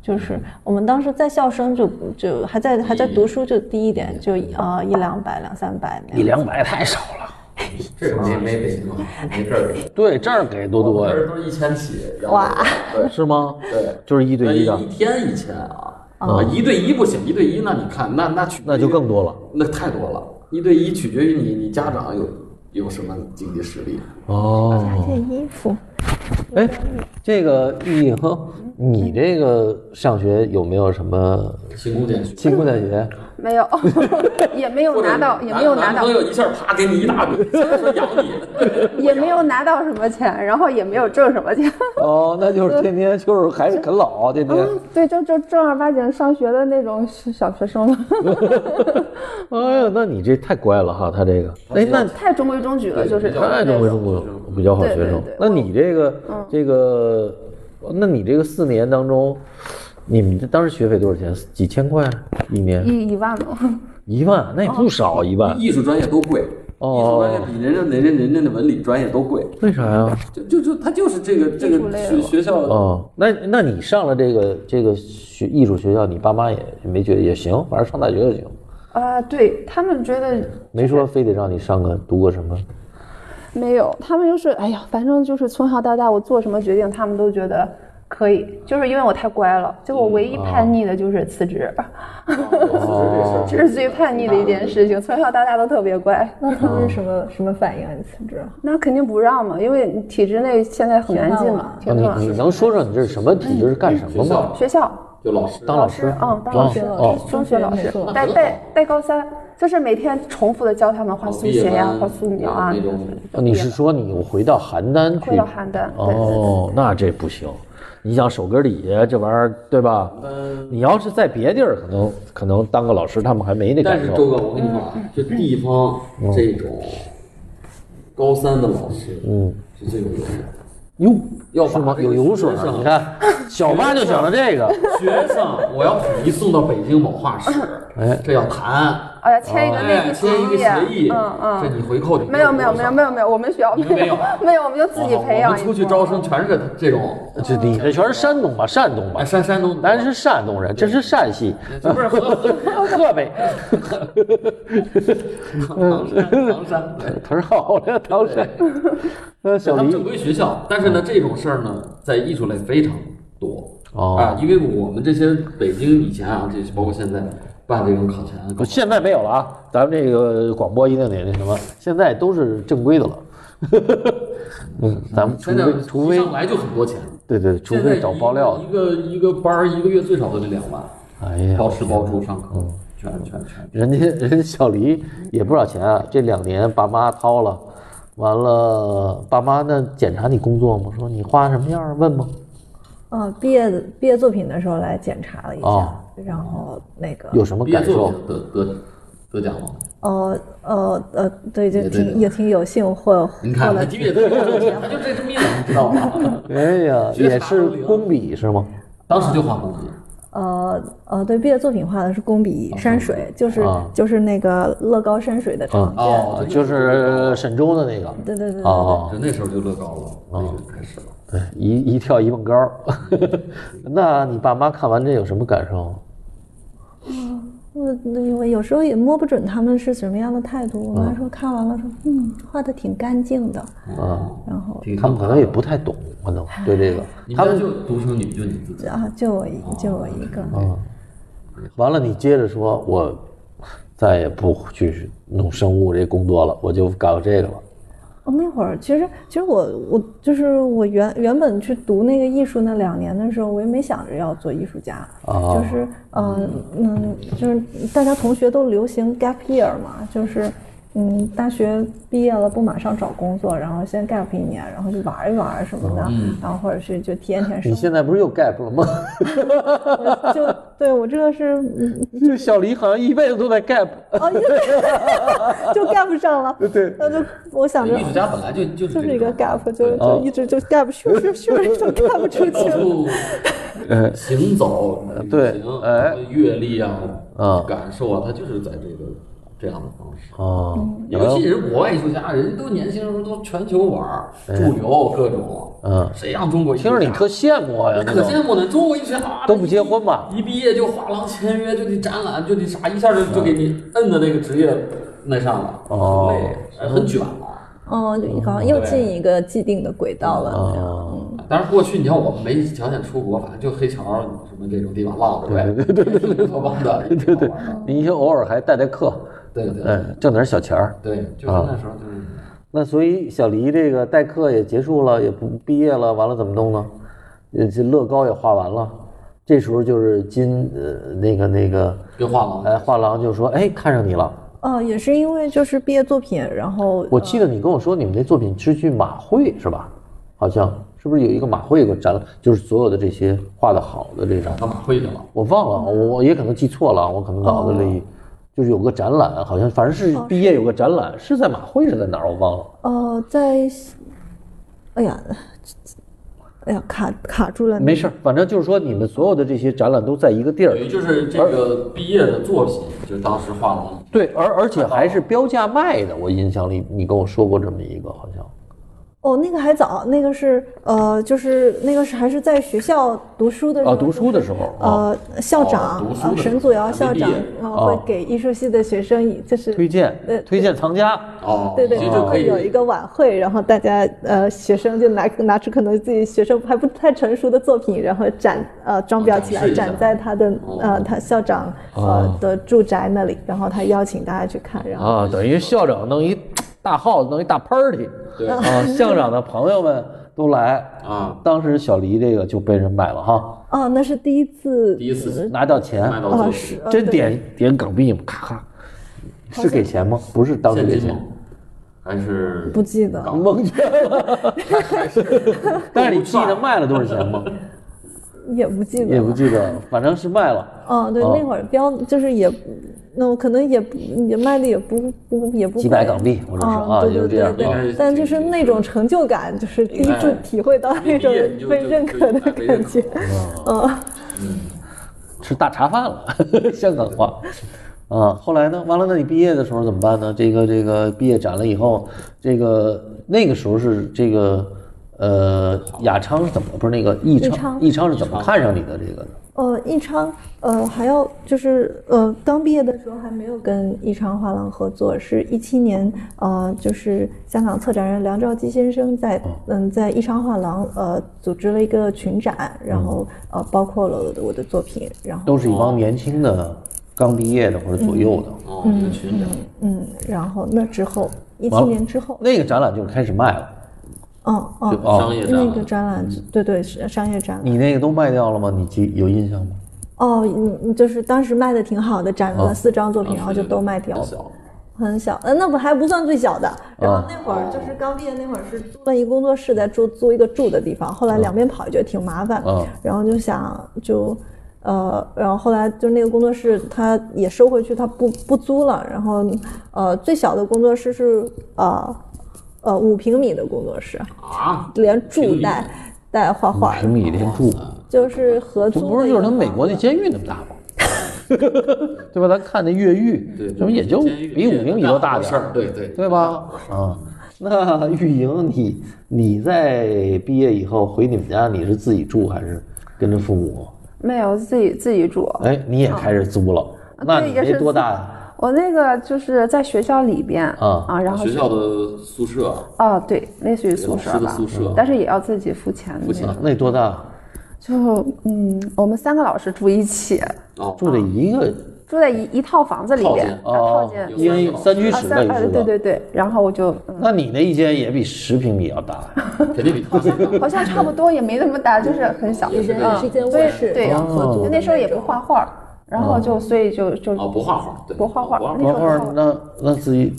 Speaker 3: 就是
Speaker 4: 嗯
Speaker 3: 我们当时在校生就就还在还在读书就低一点，就呃一两百两三百那样。
Speaker 1: 一两百太少了。
Speaker 4: 这个没没北京啊，没这儿北京，
Speaker 1: 对，这儿给多多
Speaker 4: 这
Speaker 1: 呀
Speaker 4: 儿都是一千起，然后
Speaker 3: 哇，
Speaker 4: 对
Speaker 1: 哦是吗？
Speaker 4: 对，
Speaker 1: 就是一对一的
Speaker 4: 一，天一千啊，啊，一对一不行，一对一那你看那那取决于
Speaker 1: 那就更多了。
Speaker 4: 那太多了，一对一取决于你你家长有有什么经济实力，
Speaker 1: 哦，
Speaker 7: 这衣服，
Speaker 1: 哎，这个以后你这个上学有没有什么
Speaker 4: 勤工俭学。
Speaker 1: 勤工俭学？
Speaker 5: 没有，也没有拿到，也没有拿
Speaker 4: 男
Speaker 5: 到
Speaker 4: 朋，友一下啪给你一大笔，说养你，
Speaker 5: 也没有拿到什么钱，然后也没有挣什么钱。
Speaker 1: 哦，那就是天天就是还是啃老，啊天天。
Speaker 5: 嗯，对，就就正儿八经上学的那种小学生了，
Speaker 1: 哎呀，那你这太乖了哈，他这个，哎，那
Speaker 5: 太中规中矩了，就是
Speaker 1: 太中规中规了，比较好学生
Speaker 5: 对对对。
Speaker 1: 那你这个这个，那你这个四年当中，你们这当时学费多少钱？几千块一年？
Speaker 5: 一一万吧，
Speaker 1: 一万？那也不少，一万。
Speaker 4: 艺术专业都贵，艺术专业
Speaker 1: 哦，
Speaker 4: 比人家人家人家的文理专业都贵，
Speaker 1: 为啥呀？
Speaker 4: 就就就他就是这个这个学学校
Speaker 1: 哦，那那你上了这个这个学艺术学校，你爸妈也也没觉得也行，反正上大学就行，
Speaker 5: 啊，对他们觉得
Speaker 1: 没说非得让你上个读个什么。
Speaker 5: 没有，他们就是哎呀，反正就是从小到大我做什么决定，他们都觉得可以，就是因为我太乖了。就我唯一叛逆的就是辞职，
Speaker 1: 哦，
Speaker 5: 这是最叛逆的一件事情，从小到大都特别乖。
Speaker 7: 那他们什 么什么反应啊？你辞职？
Speaker 5: 那肯定不让嘛，因为你体制内现在很难进嘛，
Speaker 1: 那
Speaker 5: 挺好。
Speaker 1: 哦你你能说说你这是什么体制是干什么吗？
Speaker 5: 学校
Speaker 4: 就老师
Speaker 1: 当老师
Speaker 5: 嗯，当老师，
Speaker 1: 哦，
Speaker 5: 中学老师
Speaker 3: 没错，
Speaker 5: 带带带高三，就是每天重复的教他们画速写呀、
Speaker 4: 哦
Speaker 5: 画素描啊
Speaker 4: 那种，
Speaker 1: 哦你是说你回到邯郸去？
Speaker 5: 回到邯郸，对对对。
Speaker 1: 哦，那这不行。你想手根底下这玩意儿，对吧？
Speaker 4: 嗯
Speaker 1: 你要是在别地儿，可能可能当个老师，他们还没那
Speaker 4: 但
Speaker 1: 感
Speaker 4: 是
Speaker 1: 受。
Speaker 4: 周哥，我跟你说
Speaker 5: 嗯
Speaker 4: 啊，这地方这种高三的老师，嗯，是最有用的。
Speaker 1: 哟，
Speaker 4: 要把
Speaker 1: 是吗？
Speaker 4: 这个
Speaker 1: 有油水儿啊
Speaker 4: 学，生啊
Speaker 1: 你看， 小八就选了这个。
Speaker 5: 嗯
Speaker 4: 学生，我要统一送到北京某画室，
Speaker 1: 哎
Speaker 4: 这要谈，
Speaker 5: 哎呀，签一个内
Speaker 4: 哎，
Speaker 5: 部
Speaker 4: 签一个协议，
Speaker 5: 嗯
Speaker 4: 这
Speaker 5: 嗯，
Speaker 4: 你回扣你
Speaker 5: 没有没有没有没有没有，我们学校
Speaker 4: 你们没有
Speaker 5: 没有，我们就自己
Speaker 4: 哦
Speaker 5: 培
Speaker 4: 我
Speaker 5: 养
Speaker 4: 们
Speaker 5: 一
Speaker 4: 出去
Speaker 5: 波
Speaker 4: 招生全是这种，
Speaker 1: 这 你这全是山东吧？山东吧
Speaker 4: 哎，？山山东，
Speaker 1: 咱是山东人，这是陕 西，
Speaker 4: 这不是河河
Speaker 1: 河北，
Speaker 4: 唐山，唐山，对。
Speaker 1: 他是好的，唐 山。那
Speaker 4: 对
Speaker 1: 小
Speaker 4: 他们
Speaker 1: 黎
Speaker 4: 正规学校，但是
Speaker 1: 嗯
Speaker 4: 呢，这种事儿呢，在艺术类非常多
Speaker 1: 哦
Speaker 4: 啊，因为我们这些北京以前啊，这包括现在办这种考前，
Speaker 1: 不，现在没有了啊！咱们这个广播一定得那什么，现在都是正规的了。 嗯，咱们除
Speaker 4: 现在
Speaker 1: 非除
Speaker 4: 一
Speaker 1: 非
Speaker 4: 上来就很多钱，
Speaker 1: 对对，除
Speaker 4: 现在
Speaker 1: 非找爆料的
Speaker 4: 一。个一个班儿一个月最少都得两万，
Speaker 1: 哎呀，
Speaker 4: 包吃包住上课，
Speaker 1: 嗯
Speaker 4: 全全全。
Speaker 1: 人家 人家小黎也不少钱啊，这两年爸妈掏了，完了爸妈那检查你工作吗？说你画什么样儿？问吗？
Speaker 3: 呃，毕业的毕业作品的时候来检查了一下，
Speaker 1: 哦
Speaker 3: 然后那个
Speaker 1: 有什么
Speaker 4: 毕业
Speaker 1: 感
Speaker 4: 作
Speaker 1: 受？
Speaker 4: 品得得得奖了，
Speaker 3: 呃呃呃，对，就
Speaker 4: 也对
Speaker 3: 挺也挺有幸获获
Speaker 4: 你看
Speaker 3: 了
Speaker 4: 他毕业作品他就这这么一两知道吧？
Speaker 1: 哎呀，
Speaker 4: 觉察
Speaker 1: 也是
Speaker 4: 都灵
Speaker 1: 工笔是吗？
Speaker 4: 当时就画工资，
Speaker 3: 呃呃，对，毕业作品画的是工笔山水，就是、
Speaker 1: 啊
Speaker 3: 就是那个乐高山水的常见，
Speaker 4: 哦
Speaker 1: 啊就是沈周的那个。
Speaker 3: 对对对对对，
Speaker 1: 哦，
Speaker 4: 就那时候就乐高
Speaker 1: 嗯
Speaker 4: 了，那就开始了。
Speaker 1: 对，一一跳一蹦高儿。 那你爸妈看完这有什么感受？
Speaker 3: 那那因为有时候也摸不准他们是什么样的态度。我妈说看完了说，嗯，画的挺干净的。
Speaker 1: 啊，
Speaker 3: 然后哎
Speaker 4: 挺
Speaker 1: 他们可能也不太懂，可能对这个。
Speaker 4: 你
Speaker 1: 他
Speaker 4: 们家
Speaker 1: 们
Speaker 4: 就独生女，就你自己。
Speaker 3: 啊，就我一就我一个，
Speaker 1: 完了，你接着说，我再也不去弄生物这工作了，我就搞这个了。
Speaker 3: 哦，那会儿其实其实我我就是我原原本去读那个艺术那两年的时候，我也没想着要做艺术家，
Speaker 1: 哦
Speaker 3: 就是呃嗯，就是大家同学都流行 gap year 嘛，就是嗯大学毕业了不马上找工作，然后先 gap 一年，然后去玩一玩什
Speaker 1: 哦
Speaker 3: 么的，然后或者是就体验体验
Speaker 1: 你
Speaker 3: 生
Speaker 1: 现在不是又 gap 了吗？
Speaker 3: 活，就对我这个是嗯
Speaker 1: 这小黎好像一辈子都在 gap。
Speaker 4: 嗯
Speaker 3: 哦， 因为 就 gap 上了，
Speaker 1: 对，
Speaker 3: 那就我想着
Speaker 4: 艺术家本来就就是
Speaker 3: 就是一个 gap，就
Speaker 1: 哦
Speaker 3: 就一直就 gap，咻咻咻就 gap 出去了。
Speaker 4: 呃，行走、旅
Speaker 1: 对
Speaker 4: 行、
Speaker 1: 哎
Speaker 4: 阅历啊、
Speaker 1: 嗯
Speaker 4: 感受啊，他就是在这个这样的方式。
Speaker 1: 哦，
Speaker 4: 尤其人国外艺术家，人都年轻时候都全球玩儿、驻留各种，
Speaker 1: 嗯
Speaker 4: 谁让中国艺术
Speaker 1: 听
Speaker 4: 家
Speaker 1: 着你特羡慕我呀，那
Speaker 4: 可
Speaker 1: 种
Speaker 4: 羡慕呢？中国艺术家啊
Speaker 1: 都不结婚吧？
Speaker 4: 一毕业就画廊签约，就得展览，就得啥，一下就就给你摁的那个职业那上了，
Speaker 1: 哦
Speaker 4: 很累，哎很卷了。
Speaker 3: 哦，就好
Speaker 4: 嗯
Speaker 3: 像又进一个既定的轨道了。嗯
Speaker 1: 哦，
Speaker 4: 当然，过去你看我们没条件出国，反正就黑桥什么这种地方浪着呗，对对对对，帮的，对对
Speaker 1: 你偶尔还带带课，
Speaker 4: 对哎对
Speaker 1: 嗯，挣点小钱儿。
Speaker 4: 对，就是那时候就是
Speaker 1: 那所以小黎这个代课也结束了，也不毕业了，完了怎么弄呢？呃，这乐高也画完了，这时候就是金呃那个那个，
Speaker 4: 跟画廊，
Speaker 1: 哎，画廊就说哎看上你了。
Speaker 3: 哦，也是因为就是毕业作品，然后
Speaker 1: 我记得你跟我说你们那作品是去马会是吧？好像是不是有一个马会有个展览，就是所有的这些画的好的这种，
Speaker 4: 干嘛回去了？
Speaker 1: 我忘了，我我也可能记错了，我可能脑子里就是有个展览，好像反正是毕业有个展览，是在马会是在哪儿我忘了。
Speaker 3: 呃，在，哎呀，哎呀，卡卡住了。
Speaker 1: 没事儿，反正就是说你们所有的这些展览都在一个地儿
Speaker 4: 等，于就是这个毕业的作品，就当时画廊
Speaker 1: 对，而而且还是标价卖的。我印象里你跟我说过这么一个，好像
Speaker 3: 哦，那个还早，那个是呃，就是那个是还是在学校读书的时候
Speaker 1: 啊，读书的时候啊，
Speaker 3: 呃，校长
Speaker 4: 哦读书
Speaker 3: 呃
Speaker 4: 的时候
Speaker 3: 沈祖尧
Speaker 4: 还
Speaker 3: 校
Speaker 4: 没
Speaker 3: 长
Speaker 4: 毕业
Speaker 3: 然后
Speaker 1: 哦
Speaker 3: 会给艺术系的学生以就是
Speaker 1: 推
Speaker 3: 呃
Speaker 1: 荐推荐藏家，
Speaker 4: 哦，
Speaker 3: 对对，
Speaker 4: 其实
Speaker 3: 他
Speaker 4: 就可
Speaker 3: 会
Speaker 4: 以
Speaker 3: 有一个晚会，然后大家呃学生就拿拿出可能自己学生还不太成熟的作品，然后展呃装裱起
Speaker 4: 展
Speaker 3: 来，
Speaker 4: 示一下
Speaker 3: 展在他的呃他校长
Speaker 1: 哦
Speaker 3: 呃的住宅那里，然后他邀请大家去看，然后
Speaker 1: 啊，等于校长弄一大号子，弄一大 party，
Speaker 4: 对
Speaker 1: 啊，校长的朋友们都来。
Speaker 4: 啊，
Speaker 1: 当时小黎这个就被人买了哈，
Speaker 3: 哦，那是第一次
Speaker 4: 第一次
Speaker 1: 拿到钱，
Speaker 4: 卖到
Speaker 3: 哦
Speaker 4: 作
Speaker 3: 是
Speaker 4: 品，
Speaker 3: 呃
Speaker 1: 真
Speaker 3: 对
Speaker 1: 点点港币吗？咔咔，是给钱吗？不是当时
Speaker 4: 现
Speaker 1: 给
Speaker 4: 金
Speaker 1: 钱
Speaker 4: 吗，？还是
Speaker 3: 不记得
Speaker 4: 港
Speaker 1: 蒙圈了。 但是你记得卖了多少钱吗？
Speaker 3: 也不记得
Speaker 1: 也不
Speaker 3: 了，
Speaker 1: 记得，反正是卖了。
Speaker 3: 哦对，
Speaker 1: 哦
Speaker 3: 那会儿标就是也那我可能也不也卖的也不不也不
Speaker 1: 几百
Speaker 3: 贵
Speaker 1: 港币或者是
Speaker 3: 哦
Speaker 1: 啊
Speaker 3: 对
Speaker 1: 就是这
Speaker 3: 对对
Speaker 1: 样
Speaker 3: 对
Speaker 1: 啊
Speaker 4: 对
Speaker 3: 但就是那种成就感，就是第一次体会到那种被认可的感觉，嗯。
Speaker 1: 吃大茶饭了，香港话。啊，后来呢？完了，那你毕业的时候怎么办呢？这个这个毕业展了以后，这个那个时候是这个呃，雅昌是怎么不是那个易昌
Speaker 3: 昌
Speaker 1: 易昌是怎么看上你的这个呢？
Speaker 3: 呃，艺昌，呃，还要就是呃，刚毕业的时候还没有跟艺昌画廊合作，是一七年，呃，就是香港策展人梁兆基先生在
Speaker 1: 哦
Speaker 3: 嗯在艺昌画廊呃组织了一个群展，然
Speaker 1: 嗯
Speaker 3: 后呃包括了我的我的作品，然后
Speaker 1: 都是一帮年轻的刚毕业的或者左右的，
Speaker 4: 哦，一个群长，
Speaker 3: 嗯，然后那之后一
Speaker 1: 完
Speaker 3: 七
Speaker 1: 了
Speaker 3: 年之后，
Speaker 1: 那个展览就开始卖了。
Speaker 3: 嗯嗯，
Speaker 1: 哦
Speaker 4: 商业展
Speaker 3: 那
Speaker 4: 览
Speaker 3: 个展览，
Speaker 1: 嗯
Speaker 3: 对对，是商业展览。
Speaker 1: 你那个都卖掉了吗？你记有印象吗？
Speaker 3: 哦，嗯，嗯就是当时卖的挺好的，展
Speaker 1: 哦
Speaker 3: 了四张作品，
Speaker 4: 啊
Speaker 3: 然后就都卖掉
Speaker 4: 很
Speaker 3: 了。
Speaker 4: 小，
Speaker 3: 很小，呃，那不还不算最小的。然后
Speaker 1: 啊
Speaker 3: 那会儿就是刚毕业那会儿是租了一个工作室，在住租一个住的地方。后来两边跑也觉得挺麻烦，
Speaker 1: 嗯啊
Speaker 3: 然后就想就，呃，然后后来就那个工作室他也收回去，他不不租了。然后呃，最小的工作室是呃呃五平米的工作室
Speaker 4: 啊，
Speaker 3: 连住带带画画
Speaker 1: 十，米连住，
Speaker 4: 哦
Speaker 3: 就是合租
Speaker 1: 这
Speaker 3: 的一个
Speaker 1: 不
Speaker 3: 房子。
Speaker 1: 是就是他美国那监狱那么大吗？ 对吧？咱看那越狱，
Speaker 4: 对，
Speaker 1: 怎么也就
Speaker 4: 监狱
Speaker 1: 比五平米都大点
Speaker 4: 事
Speaker 1: 儿
Speaker 4: 儿，，对对，
Speaker 1: 对吧？啊，那 玉莹，你你在毕业以后回你们家，你是自己住还是跟着父母？
Speaker 5: 没有自己自己住。
Speaker 1: 哎，你也开始租了，那
Speaker 5: 哦啊对
Speaker 1: 你
Speaker 5: 也
Speaker 1: 这
Speaker 5: 是
Speaker 1: 多
Speaker 5: 自
Speaker 1: 大
Speaker 5: 我那个就是在学校里边
Speaker 1: 啊
Speaker 5: 然后
Speaker 4: 学
Speaker 5: 是
Speaker 4: 校的宿舍，
Speaker 5: 啊对，类似于宿舍
Speaker 4: 老师的
Speaker 5: 吧，
Speaker 4: 宿舍
Speaker 5: 但是也要自己付钱的那
Speaker 1: 啊
Speaker 5: 种。？
Speaker 1: 那多大？
Speaker 5: 就嗯，我们三个老师住一起，
Speaker 4: 哦，
Speaker 1: 住在一个
Speaker 5: 住在一一套房子里边，啊，
Speaker 1: 哦
Speaker 5: 套间，
Speaker 1: 因为三居
Speaker 5: 啊
Speaker 1: 室那
Speaker 5: 三
Speaker 1: 个
Speaker 5: 啊
Speaker 1: 是吧？
Speaker 5: 对对对，然后我就嗯
Speaker 1: 那你那一间也比十平米要大呀？
Speaker 4: 肯定比他们大
Speaker 5: 好像差不多也没那么大，就是很小，
Speaker 3: 也是
Speaker 5: 嗯
Speaker 3: 是一间
Speaker 5: 所以
Speaker 3: 卧室
Speaker 5: 对，
Speaker 3: 哦
Speaker 5: 合租就那时候也不画画，然后就所以就就
Speaker 4: 哦，不画画， 对，
Speaker 5: 不画画
Speaker 4: 不画
Speaker 5: 那哦
Speaker 1: 然
Speaker 5: 时候
Speaker 1: 后哦那那自己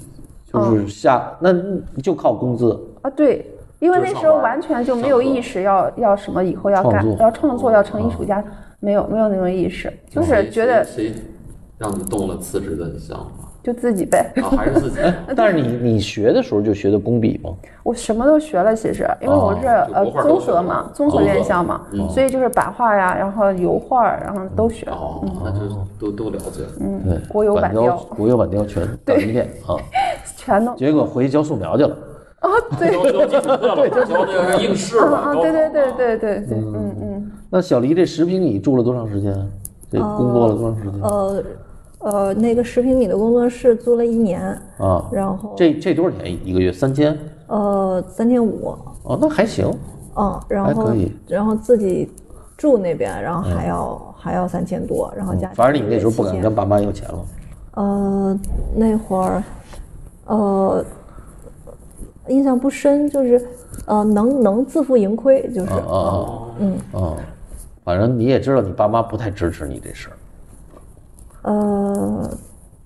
Speaker 1: 就是下，那就靠工资
Speaker 5: 啊对。因为那时候完全就没有意识要要什么以后要干
Speaker 1: 创作
Speaker 5: 要创作要成艺术家，没有没有那种意识，就是
Speaker 4: 谁
Speaker 5: 觉得
Speaker 4: 谁谁让你动了辞职的想法
Speaker 5: 就自己呗。
Speaker 4: 啊，还是自己
Speaker 1: 哎但是你你学的时候就学的工笔吗？
Speaker 5: 我什么都学了，其实因为我是
Speaker 4: 就
Speaker 5: 呃
Speaker 4: 国画
Speaker 5: 综
Speaker 4: 都学
Speaker 5: 合嘛
Speaker 4: 了，
Speaker 5: 综合
Speaker 4: 综
Speaker 5: 院
Speaker 4: 合
Speaker 5: 校嘛，所以就是版画呀，然后油画，然后都学，
Speaker 4: 哦，
Speaker 3: 嗯
Speaker 4: 那就都都了解，嗯，
Speaker 1: 对，
Speaker 5: 国有
Speaker 1: 板
Speaker 5: 板雕
Speaker 1: 国有板雕全搞一遍啊，
Speaker 5: 全都
Speaker 1: 结果回去教素描去了。
Speaker 5: 啊对
Speaker 2: 交交基础课了，交这个应试
Speaker 5: 啊
Speaker 2: 了，
Speaker 5: 啊
Speaker 2: 高考
Speaker 5: 对对
Speaker 2: 了
Speaker 5: 对对对对，嗯嗯，
Speaker 1: 那小黎这十平米住了多长时间啊？这工作了多长时间
Speaker 3: 呃呃，那个十平米的工作室租了一年，
Speaker 1: 啊？
Speaker 3: 然后
Speaker 1: 这这多少钱一个月？三千
Speaker 3: 呃三千五，
Speaker 1: 哦，那还行。
Speaker 3: 嗯，
Speaker 1: 还
Speaker 3: 然后
Speaker 1: 可以嗯
Speaker 3: 然后自己住那边，然后还要、还要三千多，然后加、
Speaker 1: 反正你那时候不敢跟爸妈要钱了，
Speaker 3: 呃那会儿呃印象不深，就是呃能能自负盈亏，就是、
Speaker 1: 啊啊啊，嗯啊，反正你也知道你爸妈不太支持你这事儿，嗯
Speaker 3: 呃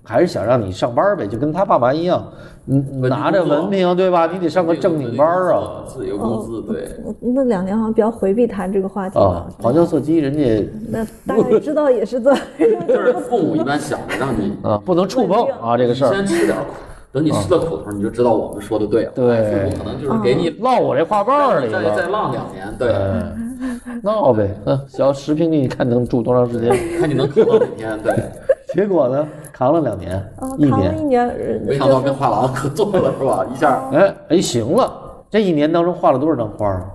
Speaker 1: 还是想让你上班儿呗，就跟他爸妈一样，嗯，拿着文凭对吧？你得上个正经班儿啊。
Speaker 4: 自己有工资，对，
Speaker 3: 那两年好像比较回避谈这个话题
Speaker 1: 啊
Speaker 3: 了，，
Speaker 1: 旁敲侧击，人家
Speaker 3: 那大概知道也是在。
Speaker 4: 就是父母一般想着让你
Speaker 1: 啊不能触碰啊这个事儿，
Speaker 4: 先吃点苦，等你吃了苦头，你就知道我们说的对了。哎
Speaker 1: 对
Speaker 4: 父母可能就是给你
Speaker 1: 落我这话瓣儿
Speaker 4: 再
Speaker 1: 里
Speaker 4: 再
Speaker 1: 了，
Speaker 4: 浪两年，对，
Speaker 1: 闹呗。嗯，小十平米，你看能住多长时间？
Speaker 4: 看你能扛到哪天，对。
Speaker 1: 结果呢，扛了两年，
Speaker 3: 啊，
Speaker 1: 一
Speaker 3: 扛了一
Speaker 1: 年，
Speaker 3: 年，呃
Speaker 4: 没想到跟画廊合作了是吧？一下
Speaker 1: 哎哎，行了，这一年当中画了多少张画啊？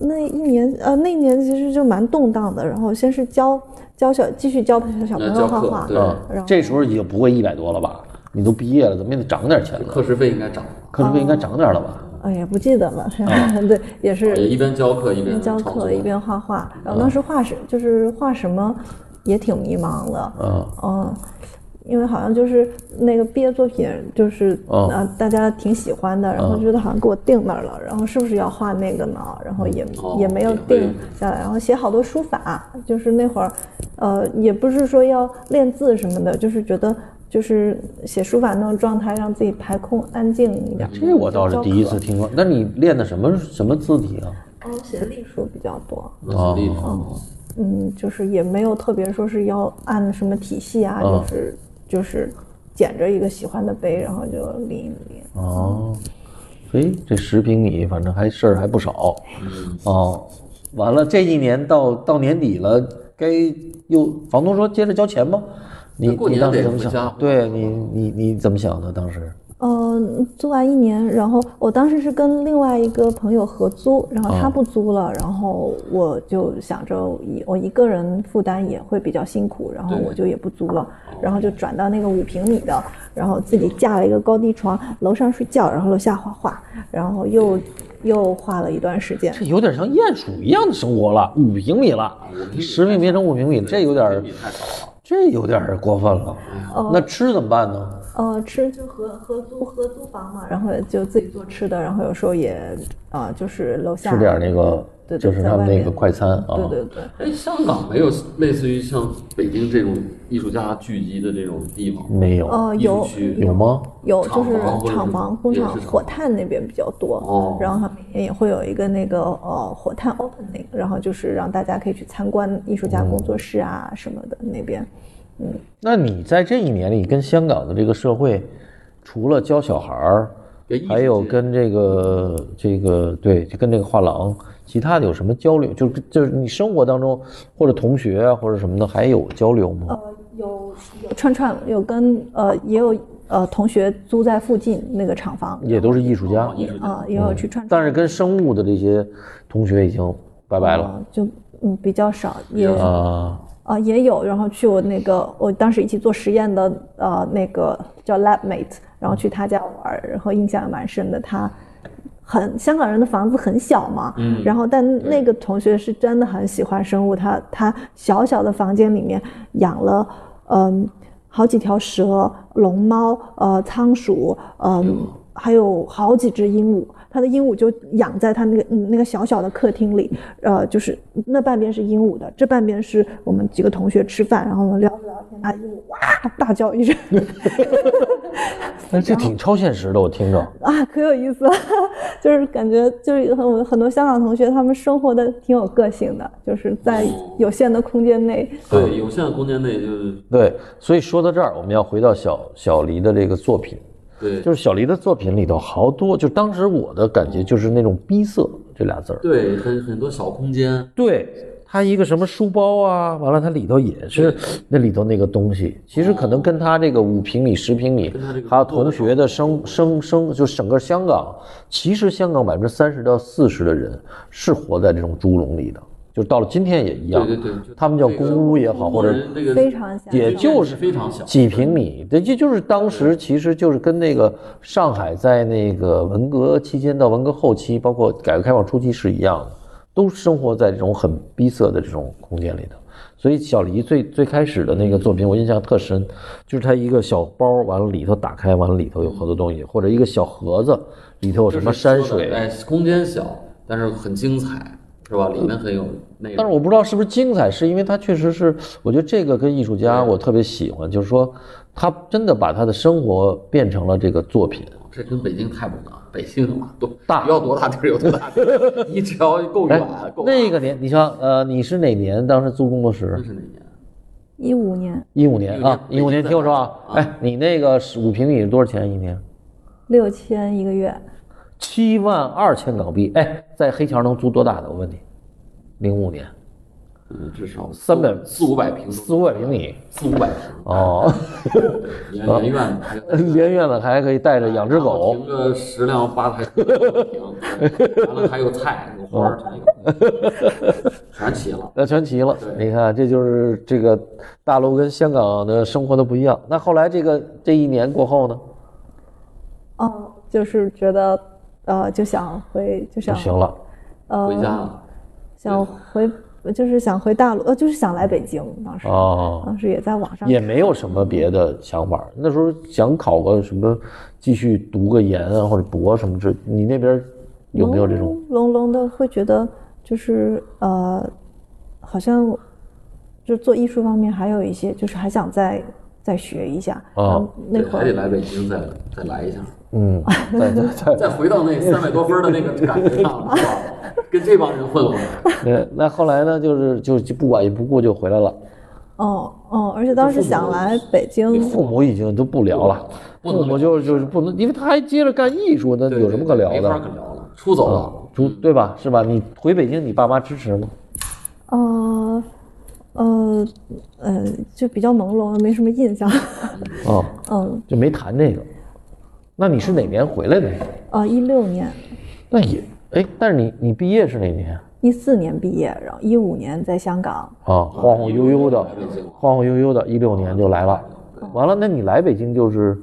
Speaker 3: 那一年呃，那一年其实就蛮动荡的。然后先是教教小，继续教小朋友
Speaker 4: 教
Speaker 3: 画
Speaker 4: 课
Speaker 3: 画，
Speaker 4: 对
Speaker 1: 嗯
Speaker 3: 然，后
Speaker 1: 这时候已经不会一百多了吧？你都毕业了，怎么也得涨点钱了，
Speaker 4: 课时费应该涨，
Speaker 1: 课时费应该涨点了吧？
Speaker 3: 哎呀不记得 了，然后对，也
Speaker 4: 也
Speaker 3: 是
Speaker 4: 一边教啊课一
Speaker 3: 一
Speaker 4: 边
Speaker 3: 边教
Speaker 4: 创作啊
Speaker 3: 课一边画画。然后当时画什就是画什么也挺迷茫的，
Speaker 1: 嗯，
Speaker 3: 嗯。因为好像就是那个毕业作品，就是
Speaker 1: 哦
Speaker 3: 呃大家挺喜欢的，然后
Speaker 1: 嗯
Speaker 3: 觉得好像给我定那儿了，然后是不是要画那个呢？然后也
Speaker 4: 哦
Speaker 1: 嗯
Speaker 3: 也没有
Speaker 4: 也会
Speaker 3: 定下来，然后写好多书法，就是那会儿，呃，也不是说要练字什么的，就是觉得就是写书法那种状态，让自己排空安静一点。
Speaker 1: 这我倒是第一次听说。那你练的什么什么字体啊？
Speaker 3: 哦，写隶书比较多，
Speaker 4: 努力哦，
Speaker 3: 嗯，就是也没有特别说是要按什么体系啊，
Speaker 1: 嗯
Speaker 3: 就是就是捡着一个喜欢的碑，然后就临一临。
Speaker 1: 哦，嘿，这十平米，反正还事儿还不少。哦，完了，这一年到到年底了，该又房东说接着交钱吧，你
Speaker 4: 过
Speaker 1: 你
Speaker 4: 年
Speaker 1: 当时
Speaker 4: 得
Speaker 1: 怎么
Speaker 4: 回家
Speaker 1: 想？对你你你怎么想的？当时
Speaker 3: 嗯，租完一年，然后我当时是跟另外一个朋友合租，然后他不租了，然后我就想着一我一个人负担也会比较辛苦，然后我就也不租了，然后就转到那个五平米的，然后自己架了一个高低床，楼上睡觉，然后楼下画画，然后又又画了一段时间。
Speaker 1: 这有点像鼹鼠一样的生活了，五平米了，十平米变成五平米，哦这有点儿
Speaker 4: 太少了。
Speaker 1: 这有点儿过分了。那吃怎么办呢？
Speaker 3: 呃，吃就合合租合租房嘛，然后就自己做吃的，然后有时候也啊、就是楼下
Speaker 1: 吃点儿那个，
Speaker 3: 对对
Speaker 1: 就是他们那个快餐啊。
Speaker 3: 对对对。
Speaker 4: 哎，香港没有类似于像北京这种艺术家聚集的这种地方，
Speaker 1: 没有，
Speaker 3: 呃，
Speaker 4: 艺术
Speaker 3: 有
Speaker 4: 区
Speaker 1: 哦有吗？
Speaker 3: 有就是
Speaker 4: 厂房或者
Speaker 3: 厂
Speaker 4: 是
Speaker 3: 房、工
Speaker 4: 也
Speaker 3: 厂
Speaker 4: 是、厂
Speaker 3: 火
Speaker 4: 房
Speaker 3: 炭那边比较多，
Speaker 4: 哦
Speaker 3: 然后它每年也会有一个那个呃火炭 opening，然后就是让大家可以去参观艺术家
Speaker 1: 嗯
Speaker 3: 工作室啊什么的那边。
Speaker 1: 那你在这一年里跟香港的这个社会，除了教小孩儿，
Speaker 4: 跟艺术
Speaker 1: 还有
Speaker 4: 界
Speaker 1: 跟这个这个对，就跟这个画廊，其他的有什么交流？就是就是你生活当中或者同学啊或者什么的，还有交流吗？
Speaker 3: 有有串串，有跟呃也有呃同学租在附近那个厂房，
Speaker 1: 也都是哦艺术家，
Speaker 3: 啊、也有去串串，
Speaker 1: 嗯但是跟生物的这些同学已经拜拜了
Speaker 3: 呃就嗯比较少，也
Speaker 1: 啊。
Speaker 3: 啊，也有，然后去我那个我当时一起做实验的呃那个叫 lab mate，然后去他家玩儿，然后印象也蛮深的。他很香港人的房子很小嘛，嗯，然后但那个同学是真的很喜欢生物，他他小小的房间里面养了嗯好几条蛇、龙猫、呃仓鼠，嗯，
Speaker 4: 哎
Speaker 3: 还有好几只鹦鹉。他的鹦鹉就养在他那个嗯那个小小的客厅里，呃，就是那半边是鹦鹉的，这半边是我们几个同学吃饭，然后我们聊着聊着天，他鹦鹉哇大叫一声
Speaker 1: 哎那这挺超现实的，我听着。
Speaker 3: 啊，可有意思了，就是感觉就是很很多香港同学他们生活的挺有个性的，就是在
Speaker 4: 哦
Speaker 3: 有限的空间内，
Speaker 4: 对有限的空间内就是
Speaker 1: 对，所以说到这儿，我们要回到小小黎的这个作品，
Speaker 4: 对
Speaker 1: 就是小黎的作品里头好多，就当时我的感觉就是那种逼仄这俩字儿。
Speaker 4: 对很很多小空间，
Speaker 1: 对，它一个什么书包啊，完了它里头也是那里头那个东西，其实可能跟它这个五平米、十平米
Speaker 4: 它这，个
Speaker 1: 还有同学的生生生，就整个香港，其实香港百分之三十到四十的人是活在这种猪笼里的，就到了今天也一样。
Speaker 4: 对对对就
Speaker 1: 他们叫
Speaker 4: 这个
Speaker 1: 公屋也好，或者
Speaker 4: 人这个
Speaker 3: 非常狭
Speaker 1: 也
Speaker 3: 小。
Speaker 1: 就是
Speaker 4: 非常小
Speaker 1: 几平米，这这就是当时其实就是跟那个上海在那个文革期间到文革后期，包括改革开放初期是一样的，都生活在这种很逼仄的这种空间里头。所以小黎最最开始的那个作品，我印象特深，就是他一个小包，完了里头打开，完了里头有好多东西，或者一个小盒子里头有什么山
Speaker 4: 说
Speaker 1: 水啊
Speaker 4: 的，哎，空间小，但是很精彩，是吧？里面很有内容。
Speaker 1: 但是我不知道是不是精彩，是因为他确实是，我觉得这个跟艺术家我特别喜欢，就是说他真的把他的生活变成了这个作品。
Speaker 4: 这跟北京太不一样，北京啊，多
Speaker 1: 大
Speaker 4: 要多大地儿有多大地儿，你只要够
Speaker 1: 哎
Speaker 4: 远，够
Speaker 1: 那
Speaker 4: 个
Speaker 1: 个年，你像呃，你是哪年当时租工作室
Speaker 4: 真？是哪年？
Speaker 3: 一五年
Speaker 1: 嗯一五年啊，一
Speaker 4: 15
Speaker 1: 五年，听我说啊，
Speaker 4: 啊
Speaker 1: 哎，你那个五平米是多少钱一年？
Speaker 3: 六千一个月，
Speaker 1: 七万二千港币。哎，在黑桥能租多大的？我问你，零五年
Speaker 4: 嗯，至少四
Speaker 1: 三百
Speaker 4: 四五百平，
Speaker 1: 四五百平米
Speaker 4: 四五百平，
Speaker 1: 哦，
Speaker 4: 圆圆院还
Speaker 1: 连院子还可以带着养只 狗
Speaker 4: 停。个十辆八台车停，完了还有菜有
Speaker 1: 哦
Speaker 4: 花儿全有，全齐了。
Speaker 1: 那全齐了，你看，这就是这个大陆跟香港的生活都不一样。那后来这个这一年过后呢，
Speaker 3: 哦，就是觉得呃就想回就
Speaker 1: 就
Speaker 3: 想
Speaker 1: 行了。
Speaker 4: 回家了，
Speaker 3: 想回就是想回大陆，呃就是想来北京，当时、
Speaker 1: 哦，
Speaker 3: 当时也在网上
Speaker 1: 也没有什么别的想法。那时候想考个什么，继续读个研啊，或者博什么这，你那边有没有这种？
Speaker 3: 隆隆的，会觉得就是呃，好像就做艺术方面还有一些，就是还想再再学一下。
Speaker 1: 哦
Speaker 3: 然后那
Speaker 4: 对
Speaker 3: 会
Speaker 4: 还得
Speaker 3: 儿
Speaker 4: 来北京再再来一下，
Speaker 1: 嗯，在在在。
Speaker 4: 再回到那三百多分儿的那个感觉上了，是吧？跟这帮人混混，
Speaker 1: 那那后来呢，就是就就不管也不顾就回来了。
Speaker 3: 哦哦，而且当时想来北京，
Speaker 1: 父母已经都不聊了，父母就就是不能，因为他还接着干艺术，那
Speaker 4: 对
Speaker 1: 有什么可聊
Speaker 4: 没法嗯
Speaker 1: 的？啊
Speaker 4: 可聊了，出走了。
Speaker 1: 主对吧？是吧？你回北京，你爸妈支持吗？
Speaker 3: 呃呃呃，就比较朦胧，没什么印象。
Speaker 1: 哦，
Speaker 3: 嗯，
Speaker 1: 就没谈这个。那你是哪年回来的？
Speaker 3: 呃，一六年、
Speaker 1: 那也哎，但是你你毕业是哪年？
Speaker 3: 一四年毕业，然后一五年在香港。
Speaker 1: 啊，晃晃悠悠的，晃晃悠悠的，一六年就来了。完了，那你来北京就是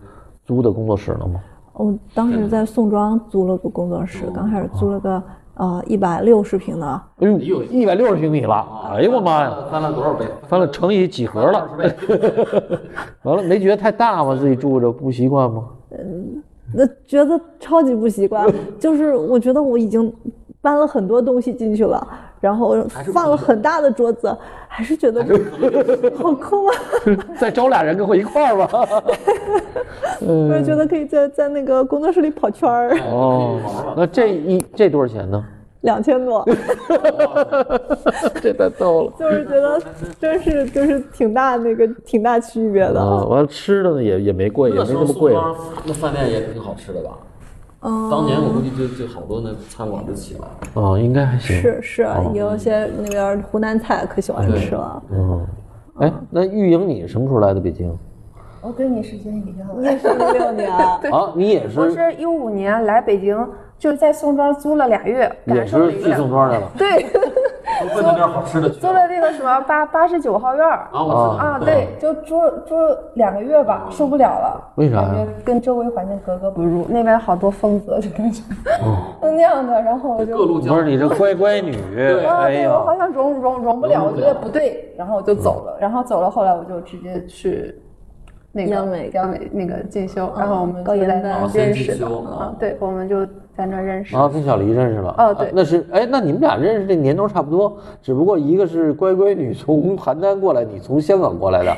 Speaker 1: 租的工作室了吗？
Speaker 3: 我哦当时在宋庄租了个工作室，刚开始租了个呃一百六十平的，
Speaker 1: 哎呦，一百六十平米了！哎呦我妈呀，
Speaker 4: 翻了多少倍？
Speaker 1: 翻了乘以几何了。 完了，没觉得太大吗？自己住着不习惯吗？
Speaker 3: 那觉得超级不习 惯。就是我觉得我已经搬了很多东西进去了，然后放了很大的桌子，还是觉得 好空啊。
Speaker 1: 再招俩人跟我一块儿吧。
Speaker 3: 我就觉得可以在在那个工作室里跑圈 儿，
Speaker 1: 哦，那这一这多少钱呢？
Speaker 3: 两千多，
Speaker 1: 这太逗了。
Speaker 3: 就是觉得真是就是挺大那个挺大区别的。
Speaker 1: 啊，完了吃的呢也也没贵，也
Speaker 4: 那
Speaker 1: 没
Speaker 4: 时
Speaker 1: 那
Speaker 4: 候
Speaker 1: 么
Speaker 4: 宋
Speaker 1: 贵。
Speaker 4: 庄那饭店也挺好吃的吧？
Speaker 3: 嗯，
Speaker 4: 当年我估计就就好多那餐馆都起来了。
Speaker 1: 啊，应该还行。
Speaker 3: 是是，啊
Speaker 1: 哦
Speaker 3: 有些那边湖南菜可喜欢吃了。
Speaker 1: 嗯，哎，那玉莹你什么时候来的北京？
Speaker 8: 我跟哦你时间一样，
Speaker 3: 也是一六年，
Speaker 1: 啊，你也
Speaker 5: 我
Speaker 1: 是
Speaker 5: 是一五年来北京，就是在宋庄租了俩月，
Speaker 1: 也
Speaker 5: 感受了
Speaker 1: 是
Speaker 5: 一
Speaker 1: 去
Speaker 5: 下。
Speaker 1: 宋庄来了。
Speaker 5: 对，
Speaker 4: 问那边好吃的去
Speaker 5: 租了那个什么八八十九号院儿
Speaker 1: 哦
Speaker 4: 啊，我知道。
Speaker 5: 啊，对，
Speaker 8: 就住住两个月吧，受不了了。
Speaker 1: 为啥呀
Speaker 8: 感觉跟周围环境格格不入，那边好多疯子，就感觉
Speaker 1: 哦
Speaker 8: 就那样的。然后我
Speaker 4: 各
Speaker 8: 就
Speaker 4: 路
Speaker 1: 不
Speaker 4: 江
Speaker 1: 是你这乖乖女，
Speaker 8: 啊，
Speaker 1: 哎
Speaker 8: 对
Speaker 1: 呀
Speaker 8: 我，好像融融融不了，我觉得不对，然后我就走了。然后走了，后来我就直接去。那个
Speaker 9: 央美
Speaker 8: 央美那个进修，
Speaker 3: 嗯
Speaker 8: 然后我们
Speaker 9: 高
Speaker 8: 就
Speaker 9: 研
Speaker 8: 在
Speaker 9: 班
Speaker 8: 那
Speaker 4: 啊
Speaker 8: 儿
Speaker 4: 先
Speaker 8: 认
Speaker 4: 进
Speaker 8: 识的
Speaker 4: 修啊
Speaker 8: 啊，对，我们就在那儿认识
Speaker 1: 啊，跟小黎认识了。
Speaker 8: 哦对
Speaker 1: 啊那是哎，那你们俩认识这年头差不多，只不过一个是乖乖女 从邯郸过来，你从香港过来的，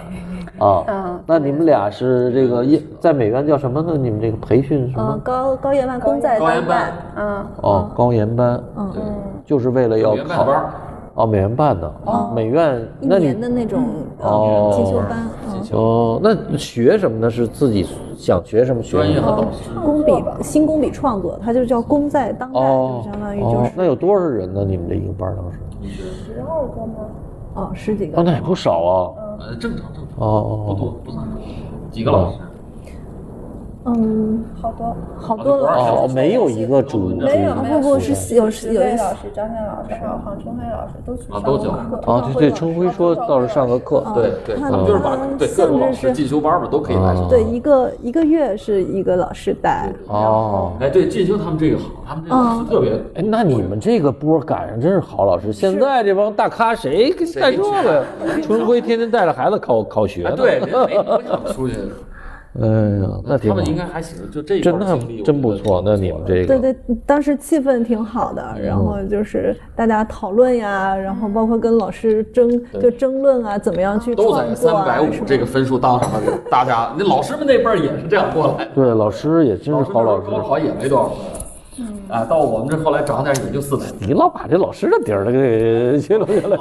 Speaker 1: 啊，
Speaker 8: 嗯
Speaker 1: 那你们俩是这个一在美院叫什么呢？你们这个培训什
Speaker 9: 呃，
Speaker 1: 么？
Speaker 9: 高高研办公在
Speaker 4: 高研
Speaker 9: 当办，
Speaker 4: 办
Speaker 8: 嗯，
Speaker 1: 哦，高研班，
Speaker 4: 对
Speaker 1: 就是为了要
Speaker 4: 美院办
Speaker 1: 考
Speaker 4: 班儿，
Speaker 1: 哦，美院办的，美院，
Speaker 9: 一
Speaker 1: 那你
Speaker 9: 年的那种
Speaker 1: 哦
Speaker 9: 呃进修班，嗯
Speaker 1: 哦，那学什么呢？是自己想学什么学
Speaker 4: 专业
Speaker 1: 什
Speaker 4: 和
Speaker 1: 么？
Speaker 4: 导师。
Speaker 3: 工笔新工笔创作，它就叫工在当代，就相当于就
Speaker 1: 哦
Speaker 3: 是，
Speaker 1: 那有多少人呢？你们这一个班儿当时？
Speaker 8: 十二个吗？
Speaker 3: 哦十几
Speaker 1: 哦，
Speaker 3: 个，
Speaker 1: 那也不少啊。
Speaker 4: 呃，正常正常，
Speaker 1: 哦
Speaker 4: 不
Speaker 1: 哦
Speaker 4: 多不多，几
Speaker 1: 啊
Speaker 4: 个老师？
Speaker 3: 嗯，
Speaker 8: 好多，
Speaker 3: 好多
Speaker 1: 哦
Speaker 3: 了。
Speaker 1: 哦，哦没有一个主主
Speaker 8: 没有没
Speaker 3: 不不是有是有
Speaker 8: 魏
Speaker 3: 一
Speaker 8: 老师、张健老师还有黄春辉老师都去
Speaker 4: 啊
Speaker 8: 上
Speaker 4: 都
Speaker 8: 过
Speaker 4: 讲
Speaker 8: 课。
Speaker 1: 啊，对对，春辉说倒是上个课，
Speaker 3: 嗯
Speaker 4: 对对，
Speaker 3: 他
Speaker 4: 我们就是把
Speaker 3: 他
Speaker 4: 对各种老师
Speaker 3: 性质
Speaker 4: 进修班儿吧都可以
Speaker 1: 啊
Speaker 4: 来上。
Speaker 3: 对，一个一个月是一个老师带，嗯
Speaker 1: 哦。
Speaker 4: 哎，对，进修他们这个好，他们这个老师特别
Speaker 1: 哎，那你们这个波赶上真是好老师。现在这帮大咖谁干这个呀？春辉天天带着孩子考考学
Speaker 4: 哎，
Speaker 1: 呢。
Speaker 4: 对，人没不想出去，
Speaker 1: 哎呀，那挺好
Speaker 4: 他们，应该还行，就这一
Speaker 1: 真
Speaker 4: 段经历
Speaker 1: 的真不错。那你们这
Speaker 3: 对
Speaker 1: 个
Speaker 3: 对，当时气氛挺好的，
Speaker 4: 嗯
Speaker 3: 然后就是大家讨论呀，然后包括跟老师争就争论啊，怎么样去
Speaker 4: 都在
Speaker 3: 创作
Speaker 4: 三
Speaker 3: 啊
Speaker 4: 百五
Speaker 3: 什么
Speaker 4: 这个分数档上面，大家那老师们那辈儿也是这样过来的，
Speaker 1: 对老师也真是好老
Speaker 4: 高考
Speaker 1: 师。
Speaker 4: 也没多少分。啊，到我们这后来长点儿也就四百，
Speaker 1: 你老把这老师的底儿给泄露下来。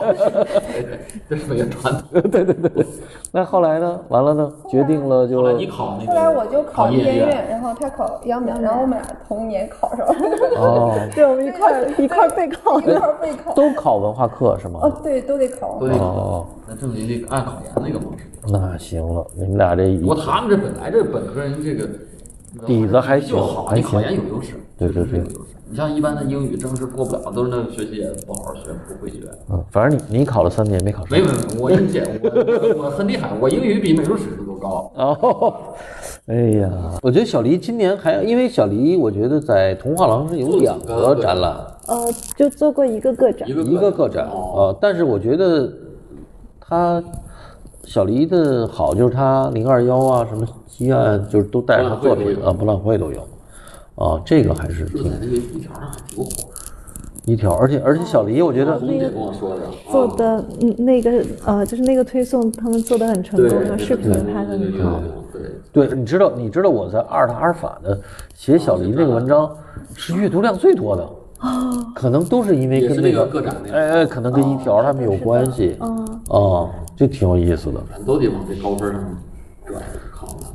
Speaker 4: 这是美院传统。
Speaker 1: 对对对，那后来呢？完了呢？决定了就
Speaker 4: 后来你考那个，
Speaker 8: 后
Speaker 5: 啊
Speaker 8: 来我就考
Speaker 4: 夜
Speaker 8: 音乐
Speaker 4: 院，
Speaker 8: 院，然后他考央美，然后我们俩同年考 上，
Speaker 1: 哦，
Speaker 3: 对，我们一块儿一块儿备考
Speaker 8: 一块儿备考。
Speaker 1: 都考文化课是吗？
Speaker 8: 哦，对，都得考。
Speaker 4: 都得考。
Speaker 1: 哦，
Speaker 4: 那正经得按考研那个方式。
Speaker 1: 那行了，你们俩这一
Speaker 4: 不过他们这本来这本科人这个
Speaker 1: 底子还行
Speaker 4: 就好，
Speaker 1: 还
Speaker 4: 你
Speaker 1: 行
Speaker 4: 考研有优势，
Speaker 1: 对对对
Speaker 4: 有优势。你像一般的英语正式过不了，都是那个学习也不好好学，不会学。
Speaker 1: 嗯，反正你你考了三年没考上
Speaker 4: 没有。没有，没有我英姐，我我我很厉害，我英语比美术史都高。
Speaker 1: 哦，哎呀，我觉得小黎今年还因为小黎，我觉得在童话廊是有两个展览，
Speaker 3: 呃，就做过一个个展
Speaker 4: 一，个
Speaker 1: 一个个展啊、呃但是我觉得他小黎的好就是他零二幺啊，什么西岸就是都带着他作
Speaker 4: 博览
Speaker 1: 品
Speaker 4: 会都有
Speaker 1: 啊，博览会都有，啊，这个还是
Speaker 4: 就
Speaker 1: 挺
Speaker 4: 在那个一条上还挺火，
Speaker 1: 一条，而且而且小黎我觉得
Speaker 4: 红姐跟我说的，啊
Speaker 3: 做的嗯那个呃就是那个推送他们做的很成
Speaker 4: 对
Speaker 3: 功，
Speaker 4: 对
Speaker 3: 的
Speaker 4: 对
Speaker 3: 视频拍的
Speaker 4: 对
Speaker 3: 很
Speaker 4: 对
Speaker 3: 好。
Speaker 4: 对对，
Speaker 1: 对，你知道，你知道我在阿尔塔阿尔法的写小黎这个文章是阅读量最多的，可能都是因为
Speaker 4: 也
Speaker 1: 跟
Speaker 4: 是
Speaker 1: 那
Speaker 4: 那
Speaker 1: 个
Speaker 4: 个个展那个，
Speaker 1: 哎哎，可能跟一条他们有关系，哦，这挺有意思的。
Speaker 4: 咱都得往这高分上转考了。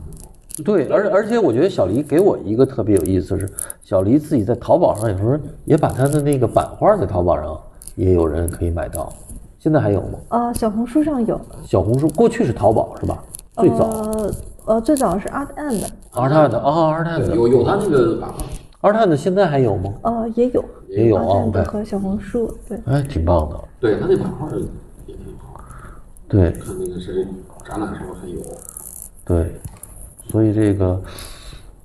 Speaker 1: 对，而而且我觉得小黎给我一个特别有意思是，小黎自己在淘宝上有时候也把他的那个版画在淘宝上也有人可以买到，现在还有吗？
Speaker 9: 呃，小红书上有，
Speaker 1: 小红书过去是淘宝是吧？最早
Speaker 9: 呃呃，最早是 Art and，
Speaker 1: 二探的啊，二探的，
Speaker 4: 有有他那个版吗？
Speaker 1: 二探的现在还有吗？
Speaker 9: 呃也有
Speaker 1: 也有
Speaker 9: Art
Speaker 4: 哦
Speaker 1: 啊
Speaker 9: and
Speaker 1: ，OK，
Speaker 9: 和小红书，对，
Speaker 1: 哎，挺棒的，
Speaker 4: 对他那版画也挺好，
Speaker 1: 对
Speaker 4: 看那个谁展览上还有。
Speaker 1: 对，所以这个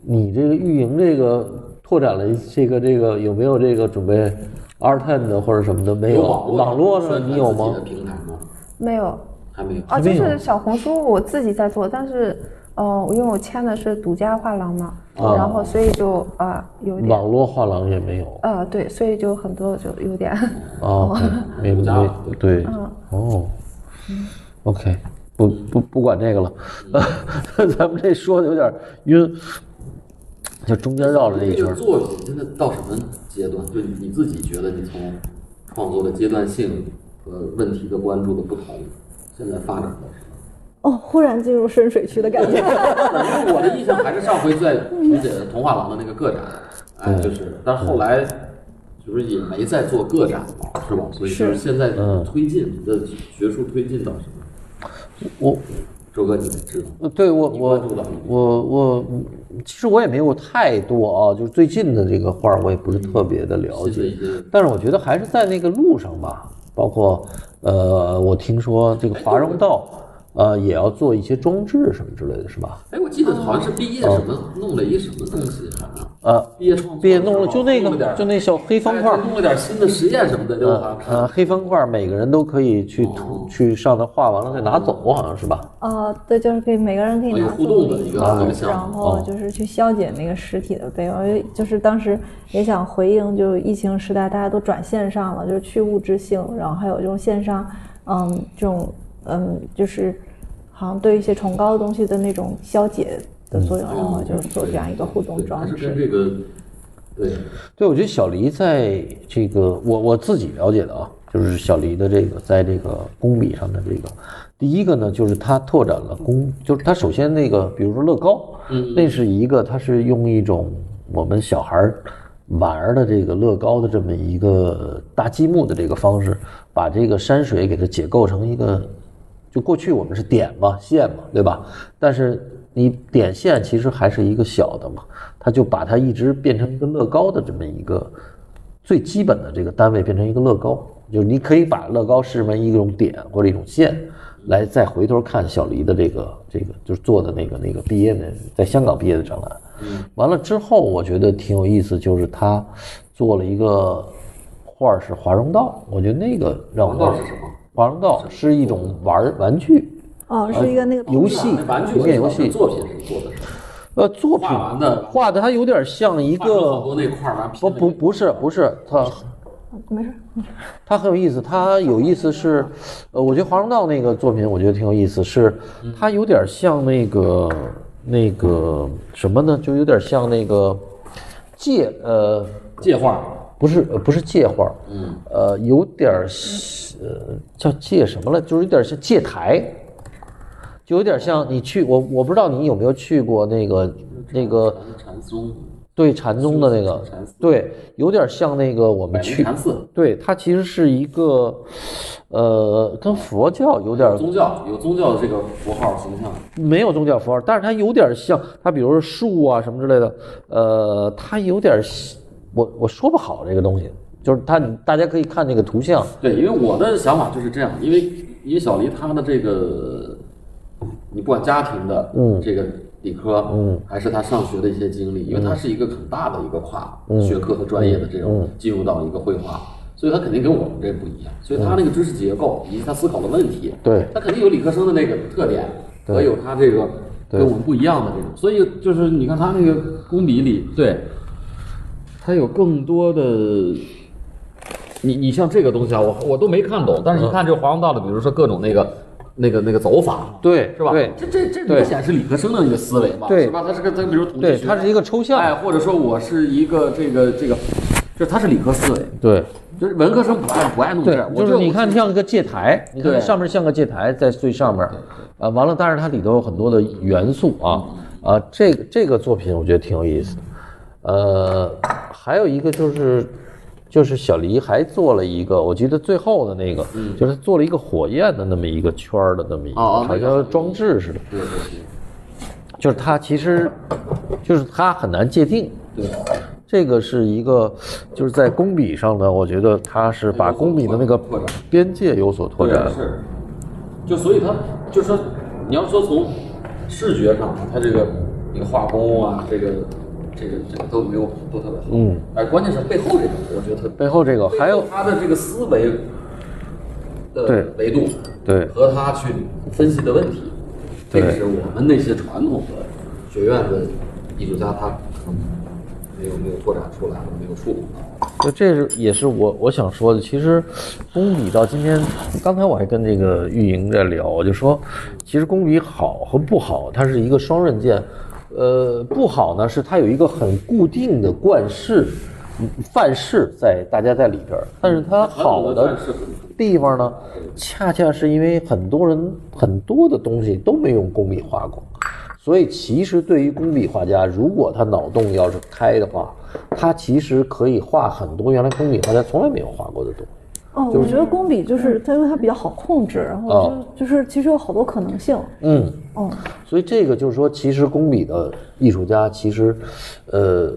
Speaker 1: 你这个运营这个拓展了这个这个有没有这个准备二探的或者什么的没有？哎网络
Speaker 4: 上
Speaker 1: 上你有
Speaker 4: 自己
Speaker 1: 吗
Speaker 4: 的？平台吗？
Speaker 5: 没有
Speaker 4: 还没有。
Speaker 5: 啊，
Speaker 1: 你
Speaker 5: 就
Speaker 1: 没有
Speaker 5: 是小红书我自己在做，但是呃，因为我签的是独家画廊嘛，
Speaker 4: 哦
Speaker 5: 然后所以就啊、有点
Speaker 1: 网络画廊也没有
Speaker 5: 呃对，所以就很多就 有点
Speaker 1: 啊，没没对哦，OK，不不不管这个了， 咱们这说的有点晕，就中间绕了这一
Speaker 4: 这
Speaker 1: 圈
Speaker 4: 个
Speaker 1: 儿。
Speaker 4: 作品现在到什么阶段？就你自己觉得你从创作的阶段性和问题的关注的不同，现在发展到什么？
Speaker 3: 哦，忽然进入深水区的感 觉。
Speaker 4: 因为我的印象还是上回在图姐童话廊的那个个展，哎，
Speaker 1: 嗯
Speaker 4: 就是，但是后来就是也没再做个展了，是吧？所以就是现在
Speaker 1: 嗯
Speaker 4: 推进你的学术推进到什么？
Speaker 1: 我
Speaker 4: 周哥，你知道？
Speaker 1: 呃，对我
Speaker 4: 你
Speaker 1: 我
Speaker 4: 关注到了吗
Speaker 1: 我我，嗯其实我也没有太多啊，就是最近的这个画儿我也不是特别的了
Speaker 4: 新的
Speaker 1: 解，
Speaker 4: 一些
Speaker 1: 但是我觉得还是在那个路上吧，包括呃，我听说这个
Speaker 4: 哎
Speaker 1: 华容道呃也要做一些装置什么之类的，是吧？
Speaker 4: 哎，我记得好像是毕业什
Speaker 1: 哦
Speaker 4: 么弄了一什么东西，好像
Speaker 1: 呃，
Speaker 4: 毕业创作
Speaker 1: 别弄了，
Speaker 4: 的时
Speaker 1: 就
Speaker 4: 候
Speaker 1: 那
Speaker 4: 弄了点
Speaker 1: 个
Speaker 4: 儿
Speaker 1: 就那小黑方块
Speaker 4: 哎
Speaker 1: 儿
Speaker 4: 就。弄了点新的实验什么的，就好
Speaker 1: 呃
Speaker 4: 像看
Speaker 1: 呃，黑方块儿每个人都可以去
Speaker 4: 哦
Speaker 1: 涂去上那画，完了再拿走，好像是吧？
Speaker 9: 呃对，就是可以每个人可以
Speaker 4: 有
Speaker 9: 拿
Speaker 4: 哎互
Speaker 9: 走
Speaker 4: 动的一个
Speaker 9: 然后
Speaker 4: 一个项目
Speaker 9: 然后就是去消解那个实体的背包，因为就是当时也想回应，就是疫情时代大家都转线上了，就是去物质性，然后还有这种线上，嗯，这种嗯，就是好像对一些崇高的东西的那种消解的作用，然后就是做这样一个互动
Speaker 4: 对
Speaker 9: 装
Speaker 4: 还是
Speaker 9: 置
Speaker 4: 跟。这个对
Speaker 1: 对，我觉得小黎在这个我我自己了解的啊，就是小黎的这个在这个工笔上的这个，第一个呢，就是他拓展了工，就是他首先那个，比如说乐高，嗯，那是一个，他是用一种我们小孩儿玩儿的这个乐高的这么一个搭积木的这个方式，把这个山水给它解构成一个就过去我们是点嘛线嘛，对吧？但是你点线其实还是一个小的嘛，它就把它一直变成一个乐高的这么一个最基本的这个单位，变成一个乐高。就是你可以把乐高视为一种点或者一种线，来再回头看小黎的这个这个就是做的那个那个毕业的在香港毕业的展览。
Speaker 4: 嗯
Speaker 1: 完了之后，我觉得挺有意思，就是他做了一个画儿是华容道，我觉得那个让我
Speaker 4: 黄道是什么？
Speaker 1: 华容道是一种玩儿玩具
Speaker 3: 哦，是一个那个
Speaker 1: 游戏
Speaker 4: 那，玩具
Speaker 1: 平
Speaker 4: 我知
Speaker 1: 面
Speaker 4: 道
Speaker 1: 游戏
Speaker 4: 那。作品是做的什么？
Speaker 1: 呃，作品
Speaker 4: 画完的
Speaker 1: 画的它有点像一
Speaker 4: 画出好
Speaker 1: 个
Speaker 4: 多那块儿完
Speaker 1: 不不不是不是它。
Speaker 3: 没事，
Speaker 1: 它很有意思，它有意思是，呃，我觉得华容道那个作品，我觉得挺有意思，是它有点像那个那个什么呢？就有点像那个借呃
Speaker 4: 界画
Speaker 1: 不是呃不是借画，嗯，呃，有点儿呃叫借什么了，就是有点像借台，就有点像你去我我不知道你有没有去过那个那个
Speaker 4: 禅宗
Speaker 1: 对禅宗的那个对，有点像那个我们去
Speaker 4: 禅寺
Speaker 1: 对它其实是一个呃跟佛教有点儿
Speaker 4: 宗教有宗教的这个符号形象，
Speaker 1: 没有宗教符号，但是它有点像，它比如说树啊什么之类的，呃，它有点像，我我说不好这个东西，就是它大家可以看那个图像，
Speaker 4: 对，因为我的想法就是这样，因为因为小黎他的这个，你不管家庭的，嗯，这个理科，嗯，还是他上学的一些经历，因为他是一个很大的一个跨学科和专业的这种进入到一个绘画，所以他肯定跟我们这不一样，所以他那个知识结构以及他思考的问题，
Speaker 1: 对
Speaker 4: 他肯定有理科生的那个特点，和有他这个跟我们不一样的这种，所以就是你看他那个工笔里，对，他有更多的。你你像这个东西啊，我我都没看懂，但是
Speaker 1: 嗯
Speaker 4: 一看这个华容道的，比如说各种那个那个那个走法，
Speaker 1: 对
Speaker 4: 是吧？
Speaker 1: 对
Speaker 4: 这这这
Speaker 1: 对
Speaker 4: 明显是理科生的一个思维嘛，
Speaker 1: 对
Speaker 4: 是吧？他是个他比如统计
Speaker 1: 对，
Speaker 4: 学
Speaker 1: 它是一个抽象，
Speaker 4: 哎，或者说我是一个这个这个，就是他是理科思维，
Speaker 1: 对
Speaker 4: 就是文科生不爱不爱弄这
Speaker 1: 对
Speaker 4: 儿，，我
Speaker 1: 就是
Speaker 4: 这
Speaker 1: 你看像个戒台，你看
Speaker 4: 对
Speaker 1: 上面像个戒台在最上面，啊，完了，但是它里头有很多的元素啊，啊，这呃个这个作品我觉得挺有意思，呃，还有一个就是。就是小黎还做了一个，我记得最后的那个，就是做了一个火焰的那么一个圈儿的那么一个，
Speaker 4: 嗯哦哦
Speaker 1: 好
Speaker 4: 那个
Speaker 1: 像装置似的。
Speaker 4: 对对对。
Speaker 1: 就是它其实，就是它很难界定。对，这个是一个，就是在工笔上呢，我觉得它是把工笔的那个
Speaker 4: 拓展
Speaker 1: 边界有所拓展
Speaker 4: 对，。是，就所以它就是说，你要说从视觉上，它这个这个画工啊，这个这个这个都没有都特别好。
Speaker 1: 嗯，
Speaker 4: 哎，关键是背后这个，我觉得特
Speaker 1: 背
Speaker 4: 别
Speaker 1: 后这个还有
Speaker 4: 他的这个思维
Speaker 1: 对
Speaker 4: 的维度，
Speaker 1: 对
Speaker 4: 和他去分析的问题，这个
Speaker 1: 对
Speaker 4: 是我们那些传统的学院的艺术家他可能没有没有拓展出来，没有触碰到。
Speaker 1: 就这是也是我我想说的。其实，工笔到今天，刚才我还跟这个运营在聊，我就说，其实工笔好和不好，它是一个双刃剑。呃，不好呢是它有一个很固定的惯式、范式在大家在里边儿，但是它好的地方呢，恰恰是因为很多人很多的东西都没用工笔画过。所以，其实对于工笔画家，如果他脑洞要是开的话，他其实可以画很多原来工笔画家从来没有画过的东西。
Speaker 3: 哦，我觉得工笔就是它，因为它比较好控制，然后
Speaker 1: 哦
Speaker 3: 就就是其实有好多可能性。
Speaker 1: 嗯，
Speaker 3: 哦，
Speaker 1: 所以这个就是说，其实工笔的艺术家其实，呃，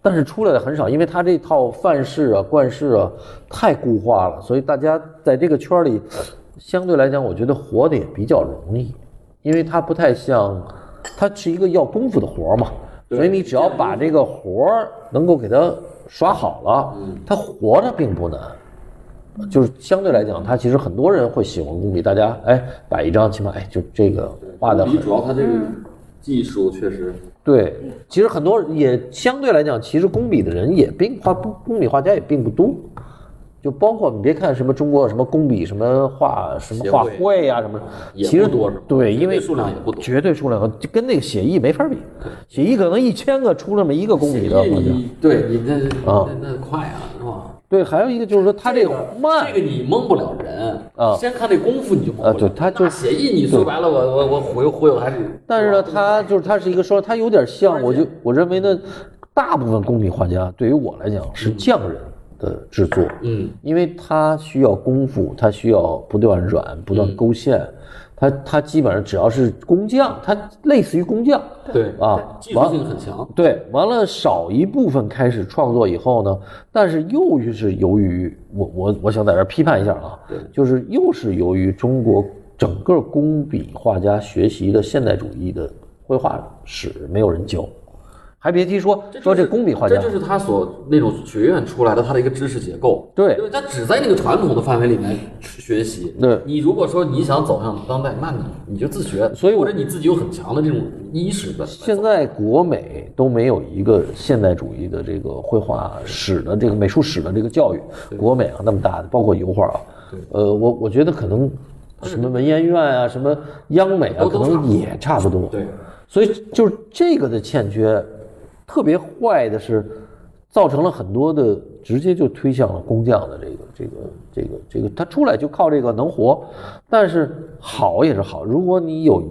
Speaker 1: 但是出来的很少，因为他这套范式啊、惯式啊太固化了，所以大家在这个圈儿里，相对来讲，我觉得活的也比较容易，因为它不太像，它是一个要功夫的活儿嘛，所以你只要把这个活儿能够给它耍好了，它活着并不难。就是相对来讲，它其实很多人会喜欢工笔，大家哎摆一张，起码哎就这个画的很
Speaker 4: 你主要他这个技术确实，
Speaker 1: 对，其实很多人也相对来讲，其实工笔的人也并画不工笔画家也并不多，就包括你别看什么中国什么工笔什么画什么
Speaker 4: 协会
Speaker 1: 画会啊什么，
Speaker 4: 也
Speaker 1: 其实
Speaker 4: 不多是吧
Speaker 1: 对，
Speaker 4: 绝对
Speaker 1: 因为
Speaker 4: 数量也不多
Speaker 1: 绝对数量和就跟那个写意没法比，写意可能一千个出那么一个工笔的画家。
Speaker 4: 你对你那
Speaker 1: 啊
Speaker 4: 那那快啊，是吧？
Speaker 1: 对，还有一个就是说他这个慢，
Speaker 4: 这个你蒙不了人
Speaker 1: 啊
Speaker 4: 先看这功夫你就蒙不了。
Speaker 1: 啊对他就
Speaker 4: 那写意，你说白了，我我我忽悠忽悠还是。
Speaker 1: 但是呢，他就是他是一个说，他有点像，我就我认为呢，大部分工笔画家对于我来讲是匠人的制作，
Speaker 4: 嗯，
Speaker 1: 因为他需要功夫，他需要不断软，不
Speaker 4: 嗯
Speaker 1: 断勾线，他他基本上只要是工匠，他类似于工匠，
Speaker 4: 对
Speaker 1: 啊
Speaker 4: 技术性很强。
Speaker 1: 对，完了少一部分开始创作以后呢，但是又是由于我我我想在这儿批判一下啊，就是又是由于中国整个工笔画家学习的现代主义的绘画史没有人教，还别提说说这工笔画家
Speaker 4: 这就是他所那种学院出来的他的一个知识结构。
Speaker 1: 对
Speaker 4: 因为他只在那个传统的范围里面学习。
Speaker 1: 对
Speaker 4: 你如果说你想走向当代，那你你就自学，
Speaker 1: 所以我
Speaker 4: 或者你自己有很强的这种意识的。
Speaker 1: 现在国美都没有一个现代主义的这个绘画史的这个美术史的这个教育，国美啊那么大的，包括油画啊，呃，我我觉得可能什么文研院啊，什么央美啊，
Speaker 4: 都
Speaker 1: 可
Speaker 4: 都差不
Speaker 1: 能
Speaker 4: 多
Speaker 1: 也差不多。
Speaker 4: 对，
Speaker 1: 所以就是这个的欠缺，特别坏的是，造成了很多的直接就推向了工匠的这个这个这个这个，他出来就靠这个能活，但是好也是好，如果你有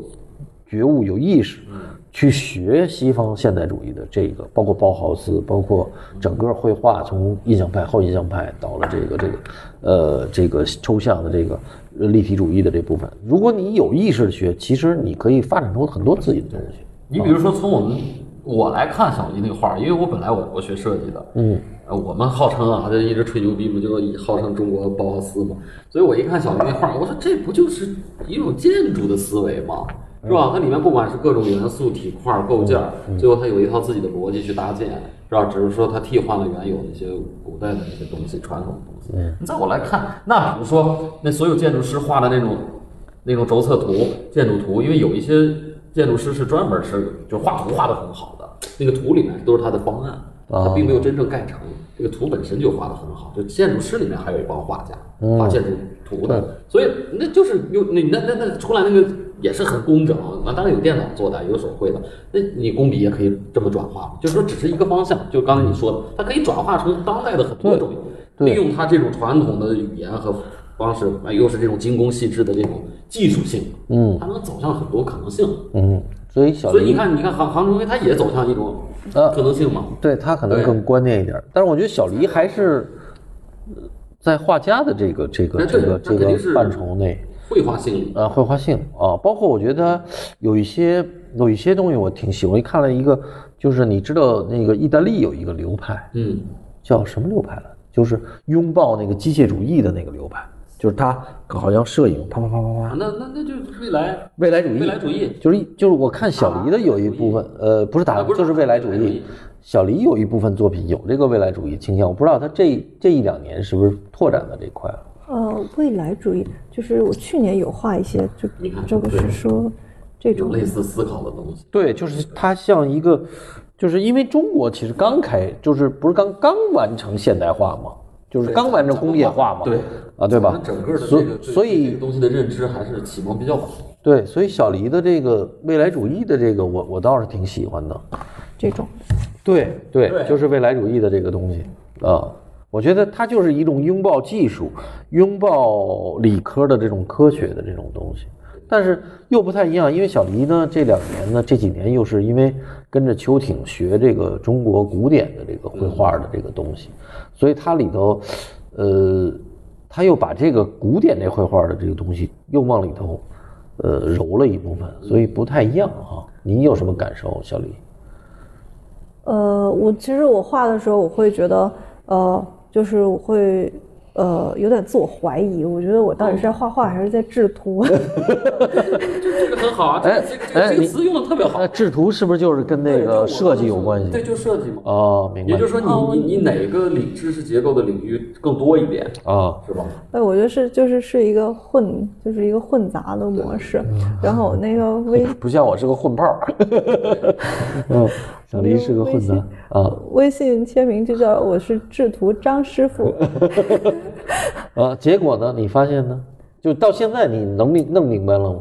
Speaker 1: 觉悟有意识。
Speaker 4: 嗯
Speaker 1: 去学西方现代主义的这个，包括包豪斯，包括整个绘画，从印象派、后印象派到了这个这个，呃，这个抽象的这个呃立体主义的这部分。如果你有意识的学，其实你可以发展出很多自己的东西。
Speaker 4: 你比如说，从我们我来看小黎那个画儿，因为我本来我我学设计的，嗯，呃，我们号称啊，就一直吹牛逼嘛，就说号称中国包豪斯嘛，所以我一看小黎那画儿，我说这不就是一种建筑的思维吗？是吧？它里面不管是各种元素、体块、构件儿，最后它有一套自己的逻辑去搭建，是吧？只是说它替换了原有的一些古代的那些东西、传统的东西。嗯，在我来看，那比如说那所有建筑师画的那种那种轴测图、建筑图，因为有一些建筑师是专门是就画图画的很好的，那个图里面都是他的方案，
Speaker 1: 哦
Speaker 4: 他并没有真正盖成。这个图本身就画的很好，就建筑师里面还有一帮画家、
Speaker 1: 嗯
Speaker 4: 画建筑图的，所以那就是有那那那那出来那个也是很工整。那当然有电脑做的，有手绘的，那你工笔也可以这么转化嘛，就是说只是一个方向，就刚才你说的，它可以转化成当代的很多种，
Speaker 1: 对
Speaker 4: 利用它这种传统的语言和方式，哎，又是这种精工细致的这种技术性，
Speaker 1: 嗯
Speaker 4: 它能走向很多可能性。
Speaker 1: 嗯，所以小
Speaker 4: 所以你
Speaker 1: 黎，
Speaker 4: 看，你看杭杭州，它也走向一种
Speaker 1: 呃
Speaker 4: 可能性嘛。
Speaker 1: 对他可能
Speaker 4: 对
Speaker 1: 更观念一点，但是我觉得小黎还是呃在画家的这个这个
Speaker 4: 哎
Speaker 1: 这
Speaker 4: 对
Speaker 1: 个
Speaker 4: 那
Speaker 1: 这
Speaker 4: 肯定
Speaker 1: 个
Speaker 4: 是
Speaker 1: 范畴内，
Speaker 4: 绘画心理，
Speaker 1: 啊，绘画性啊，包括我觉得有一些有一些东西我挺喜欢。我看了一个，就是你知道那个意大利有一个流派
Speaker 4: 嗯，
Speaker 1: 叫什么流派了？就是拥抱那个机械主义的那个流派，就是他好像摄影啪啪啪啪
Speaker 4: 啊
Speaker 1: 啪，
Speaker 4: 那那那就未来
Speaker 1: 未来主义，
Speaker 4: 未来主义
Speaker 1: 就是一就是我看小黎的有一部分，呃，不是打，
Speaker 4: 啊不是
Speaker 1: 就是未来主
Speaker 4: 未来主
Speaker 1: 义
Speaker 4: 义。
Speaker 1: 小黎有一部分作品有这个未来主义倾向，我不知道他这这一两年是不是拓展到这块了。
Speaker 9: 呃，未来主义就是我去年有画一些，就
Speaker 4: 你看
Speaker 9: 就是说这
Speaker 4: 有
Speaker 9: 种
Speaker 4: 类似思考的东西，
Speaker 1: 对，就是它像一个，就是因为中国其实刚开，就是不是刚刚完成现代化嘛，就是刚完成工业化嘛，
Speaker 4: 对
Speaker 1: 啊，对
Speaker 4: 咱
Speaker 1: 吧
Speaker 4: 们？整个的
Speaker 1: 所
Speaker 4: 这个对
Speaker 1: 所
Speaker 4: 这
Speaker 1: 以
Speaker 4: 个东西的认知还是启蒙比较晚，
Speaker 1: 对，所以小黎的这个未来主义的这个，我我倒是挺喜欢的。
Speaker 9: 这种，
Speaker 1: 对对，
Speaker 2: 对
Speaker 1: 就是未来主义的这个东西啊，我觉得它就是一种拥抱技术、拥抱理科的这种科学的这种东西，但是又不太一样，因为小黎呢这两年呢这几年又是因为跟着邱挺学这个中国古典的这个绘画的这个东西，所以它里头，呃，他又把这个古典这绘画的这个东西又往里头。呃，揉了一部分，所以不太一样哈、您有什么感受，小李？
Speaker 3: 呃，我其实我画的时候，我会觉得，呃，就是我会，呃，有点自我怀疑，我觉得我到
Speaker 4: 哦
Speaker 3: 底是在画画还是在制
Speaker 9: 啊
Speaker 3: 图？
Speaker 4: 这个很好啊，
Speaker 1: 哎
Speaker 4: 这个这
Speaker 1: 哎
Speaker 4: 个这个
Speaker 1: 你
Speaker 4: 词用的特别好
Speaker 1: 那，制图是不是就是跟那
Speaker 4: 对就
Speaker 1: 个
Speaker 4: 我
Speaker 1: 设计有关系？
Speaker 4: 对，就设计嘛。
Speaker 1: 哦，哎明白。
Speaker 4: 也就是说你，你你哪个领知识结构的领域更多一点，
Speaker 1: 啊，
Speaker 4: 是吧？
Speaker 3: 哎，我觉得是，就是是一个混，就是一个混杂的模式。
Speaker 1: 嗯
Speaker 3: 然 后我那个微
Speaker 1: 不像我是个混炮儿。 嗯，小黎是个混子啊
Speaker 3: 微信签名就叫我是制图张 师傅，
Speaker 1: 啊！结果呢？你发现呢？就到现在你能明弄明白了吗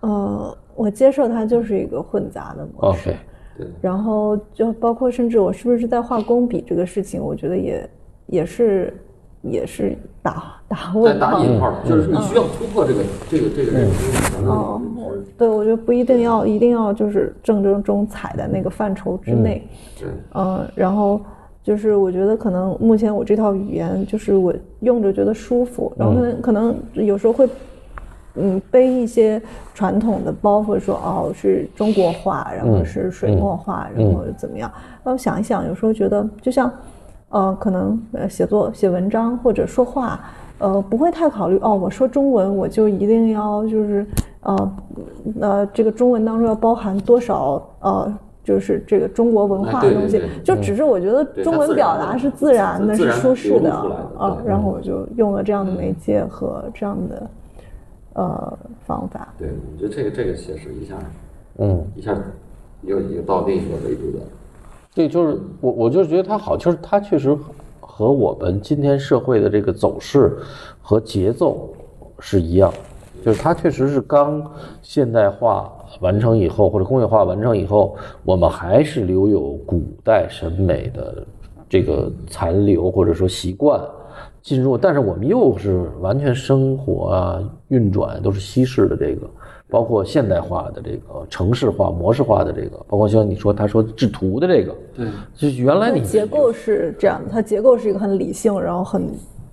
Speaker 3: 呃，我接受它就是一个混杂的模式。
Speaker 1: 哦？OK，
Speaker 3: 然后就包括甚至我是不是在画工笔这个事情，我觉得也也是也是打打
Speaker 4: 在
Speaker 3: 问
Speaker 4: 打
Speaker 3: 号。
Speaker 4: 引号，
Speaker 1: 嗯
Speaker 4: 就是你需要突破这个这个这个认知，才
Speaker 3: 哦
Speaker 4: 能，
Speaker 3: 对，我觉得不一定要一定要就是正正中踩在那个范畴之内，
Speaker 4: 对
Speaker 3: 嗯、然后就是我觉得可能目前我这套语言就是我用着觉得舒服，然后可能可能有时候会。嗯，背一些传统的包袱说哦是中国画，然
Speaker 4: 嗯
Speaker 3: 后是水墨画，然后怎么样？然后想一想，有时候觉得就像，呃，可能呃写作、写文章或者说话，呃，不会太考虑哦，我说中文我就一定要就是呃呃这个中文当中要包含多少呃。就是这个中国文化
Speaker 4: 哎
Speaker 3: 的
Speaker 4: 对
Speaker 3: 东西，
Speaker 4: 对对
Speaker 3: 就只是我觉得
Speaker 4: 对
Speaker 3: 中文
Speaker 4: 它自然
Speaker 3: 表达
Speaker 4: 的
Speaker 3: 是自然的，
Speaker 4: 自
Speaker 3: 是
Speaker 4: 然
Speaker 3: 舒适
Speaker 4: 流露
Speaker 3: 的
Speaker 4: 出来的
Speaker 3: 啊。
Speaker 4: 对嗯
Speaker 3: 然后我就用了这样的媒介和这样的呃方法。
Speaker 4: 对，我觉得这个这个确实一下
Speaker 1: 嗯，
Speaker 4: 一下又又到另一个维度的，
Speaker 1: 对，就是我我就觉得它好，就是它确实和我们今天社会的这个走势和节奏是一样，就是它确实是刚现代化完成以后，或者工业化完成以后，我们还是留有古代审美的这个残留或者说习惯。进入，但是我们又是完全生活啊、运转都是西式的这个，包括现代化的这个城市化、模式化的这个，包括像你说他说制图的这个，对，就是原来
Speaker 3: 它
Speaker 1: 你
Speaker 3: 结构是这样的，它结构是一个很理性，然后很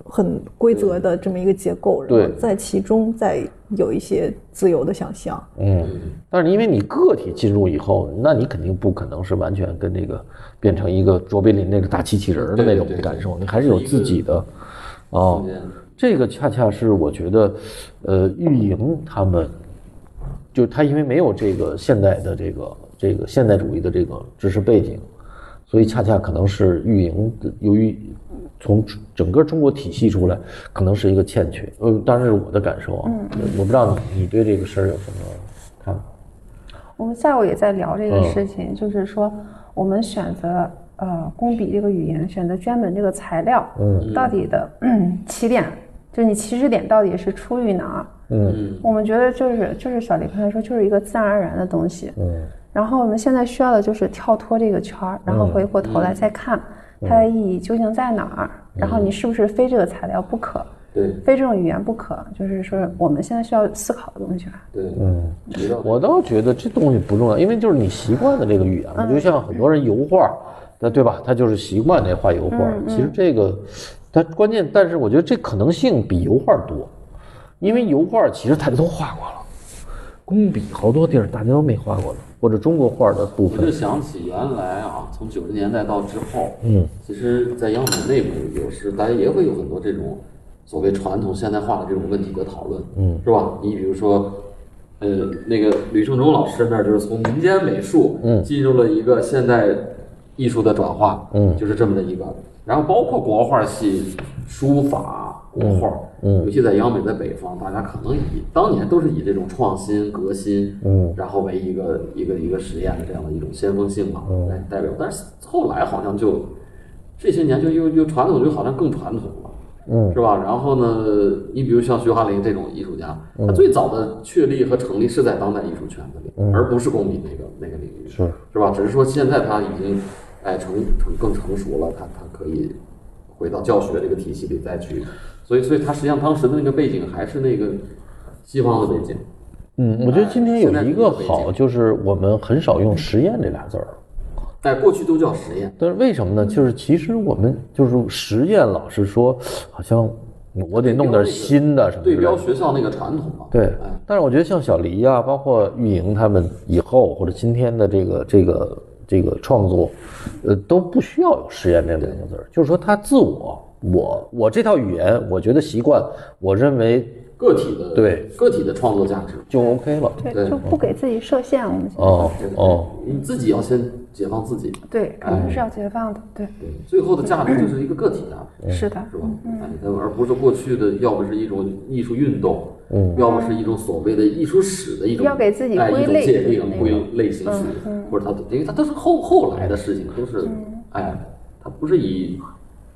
Speaker 3: 很规则的这么一个结构，然后
Speaker 1: 对
Speaker 3: 在其中再有一些自由的想象。
Speaker 1: 嗯，但是因为你个体进入以后，那你肯定不可能是完全跟这个变成一个卓别林那个大机器人儿的那种感受，你还是有自己的哦。这个恰恰是我觉得，呃，玉莹他们，就他因为没有这个现代的这个这个现代主义的这个知识背景，所以恰恰可能是运营的由于从整个中国体系出来，可能是一个欠缺。呃，当然是我的感受啊，我不知道你你对这个事儿有什么看法？
Speaker 5: 我们下午也在聊这个
Speaker 1: 嗯
Speaker 5: 事情，就是说我们选择呃工笔这个语言，选择绢本这个材料，嗯，到底的、嗯起点，就你起始点到底是出于哪儿？
Speaker 4: 嗯，
Speaker 5: 我们觉得就是就是小李刚才说，就是一个自然而然的东西。嗯。然后我们现在需要的就是跳脱这个圈儿，然后回过头来再看它的意义究竟在哪儿，然后你是不是非这个材料不可，
Speaker 4: 对
Speaker 5: 非这种语言不可，就是说我们现在需要思考的东西啊吧。
Speaker 4: 对，嗯，
Speaker 1: 我倒觉得这东西不重要，因为就是你习惯的这个语言嘛，就像很多人油画，那对吧？他就是习惯这画油画。其实这个但关键，但是我觉得这可能性比油画多，因为油画其实大家都画过了，工笔好多地儿大家都没画过的，或者中国画的部
Speaker 4: 我就
Speaker 1: 分。
Speaker 4: 想起原来啊，从九十年代到之后，
Speaker 1: 嗯，
Speaker 4: 其实，在央美内部，有时大家也会有很多这种所谓传统现代化的这种问题的讨论，嗯，是吧？你比如说，呃，那个吕胜忠老师那儿就是从民间美术，嗯，进入了一个现代艺术的转化，嗯，就是这么的一个。然后包括国画系、书法、国画，嗯，尤其在央美在北方，大家可能以当年都是以这种创新、革新，嗯，然后为一个一个一个实验的这样的一种先锋性嘛，来代表。但是后来好像就这些年就又又传统就好像更传统了，嗯，是吧？然后呢，你比如像徐华林这种艺术家，他最早的确立和成立是在当代艺术圈子里，而不是工笔那个那个领域，嗯是是吧？只是说现在他已经哎成成更成熟了，他他可以回到教学这个体系里再去，所以所以他实际上当时的那个背景还是那个西方的背景，
Speaker 1: 嗯，我觉得今天有
Speaker 4: 现在
Speaker 1: 一
Speaker 4: 是
Speaker 1: 个
Speaker 4: 这个背景
Speaker 1: 好，就是我们很少用实验这俩字儿。
Speaker 4: 哎，过去都叫实验，
Speaker 1: 但是为什么呢？就是其实我们就是实验，老是说好像我得弄点新的什么之
Speaker 4: 对
Speaker 1: 类的
Speaker 4: 标学校那个传统嘛，
Speaker 1: 对
Speaker 4: 哎，
Speaker 1: 但是我觉得像小黎啊，包括运营他们以后或者今天的这个这个这个创作，呃，都不需要有实验这两个字儿，就是说他自我，我我这套语言，我觉得习惯，我认为
Speaker 4: 个体的
Speaker 1: 对
Speaker 4: 个体的创作价值。
Speaker 1: 就 OK 了。
Speaker 4: 对
Speaker 5: 对，就不给自己设限。我们觉得
Speaker 1: 哦哦，
Speaker 4: 你自己要先解放自己，
Speaker 5: 对，肯定是要解放的。对，
Speaker 4: 对，最后的价值就是一个个体
Speaker 1: 哦
Speaker 4: 啊，
Speaker 5: 是的，
Speaker 4: 是吧？哎，
Speaker 5: 嗯
Speaker 4: 而不是过去的，要不是一种艺术运动，嗯，要不是一种所谓的艺术史的一种，
Speaker 5: 要给自己
Speaker 4: 哎
Speaker 5: 归
Speaker 4: 一种
Speaker 5: 类
Speaker 4: 界定
Speaker 5: 那种嗯
Speaker 4: 归类型学，或者它，因为它都是后后来的事情，都是，
Speaker 5: 嗯
Speaker 4: 哎，它不是以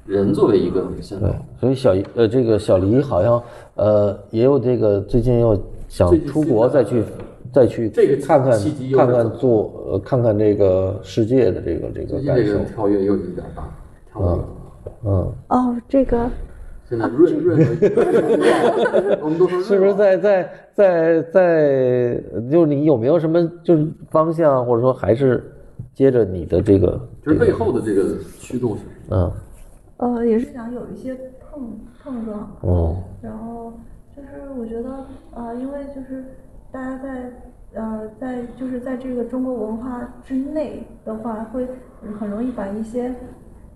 Speaker 4: 人作为一个现在
Speaker 1: 对，所以小呃这个小黎好像呃也有这个最近又想
Speaker 4: 最近
Speaker 1: 出国再去再去
Speaker 4: 这个
Speaker 1: 看看
Speaker 4: 契机又是
Speaker 1: 看看做呃看看这个世界的这个这个
Speaker 4: 最近
Speaker 1: 感
Speaker 4: 这
Speaker 1: 受
Speaker 4: 个，跳跃又有点大，跳跃。
Speaker 1: 嗯，
Speaker 3: 哦，这个
Speaker 4: 现在润润和，我们都
Speaker 1: 是
Speaker 4: 说
Speaker 1: 不是
Speaker 4: 润和
Speaker 1: 在在在在就是你有没有什么就是方向或者说还是接着你的这个
Speaker 4: 其实背后的这个驱动是什么？
Speaker 1: 嗯
Speaker 3: 呃也是想有一些碰碰撞，
Speaker 1: 嗯
Speaker 3: 然后就是我觉得，呃，因为就是大家在呃在就是在这个中国文化之内的话，会很容易把一些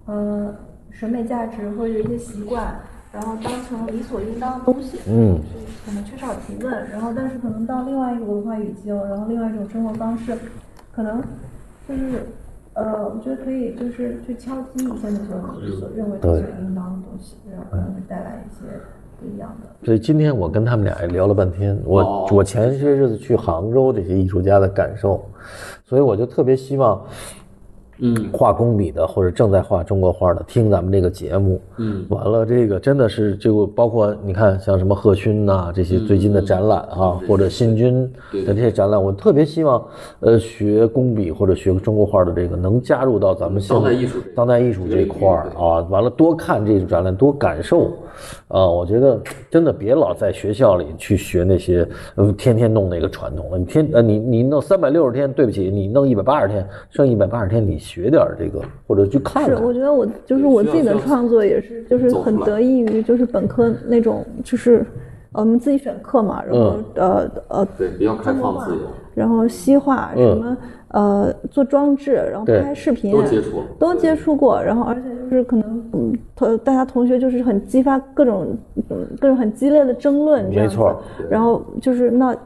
Speaker 3: 呃审美价值或者一些习惯，然后当成理所应当的东西。
Speaker 1: 嗯
Speaker 3: 可能缺少提问，然后但是可能到另外一个文化语境，然后另外一种生活方式，可能就是呃，我觉得可以就是去敲击一些你所所认为理所应当的东西，然后可能会带来一些不一样的。
Speaker 1: 所以今天我跟他们俩也聊了半天，我、
Speaker 4: 哦
Speaker 1: 我前些日子去杭州这些艺术家的感受，所以我就特别希望，嗯，画工笔的或者正在画中国画的听咱们这个节目，嗯，完了这个真的是就包括你看像什么贺勋呐、这些
Speaker 4: 嗯
Speaker 1: 最近的展览啊，或者新军的这些展览，我特别希望，呃，学工笔或者学中国画的这个能加入到咱们现
Speaker 4: 当代艺术这一块
Speaker 1: 当代艺术这一块儿啊，完了多看这种展览，多感受，啊，我觉得真的别老在学校里去学那些，呃，天天弄那个传统了。你天呃，你你弄三百六十天，对不起，你弄一百八十天，剩一百八十天你学点儿这个，或者去看
Speaker 3: 是，
Speaker 1: 看
Speaker 3: 我。觉得我就是我自己的创作也是，就是很得益于就是本科那种就是呃我们自己选课嘛，然后、呃呃
Speaker 4: 对，比较开放自由。
Speaker 3: 然后西画什么、呃做装置，然后
Speaker 1: 嗯对
Speaker 3: 拍视频啊
Speaker 4: 都接触了
Speaker 3: 都接触过，然后而且就是可能嗯，同大家同学就是很激发各种嗯各种很激烈的争论，这样子
Speaker 1: 没错，
Speaker 3: 然后就是那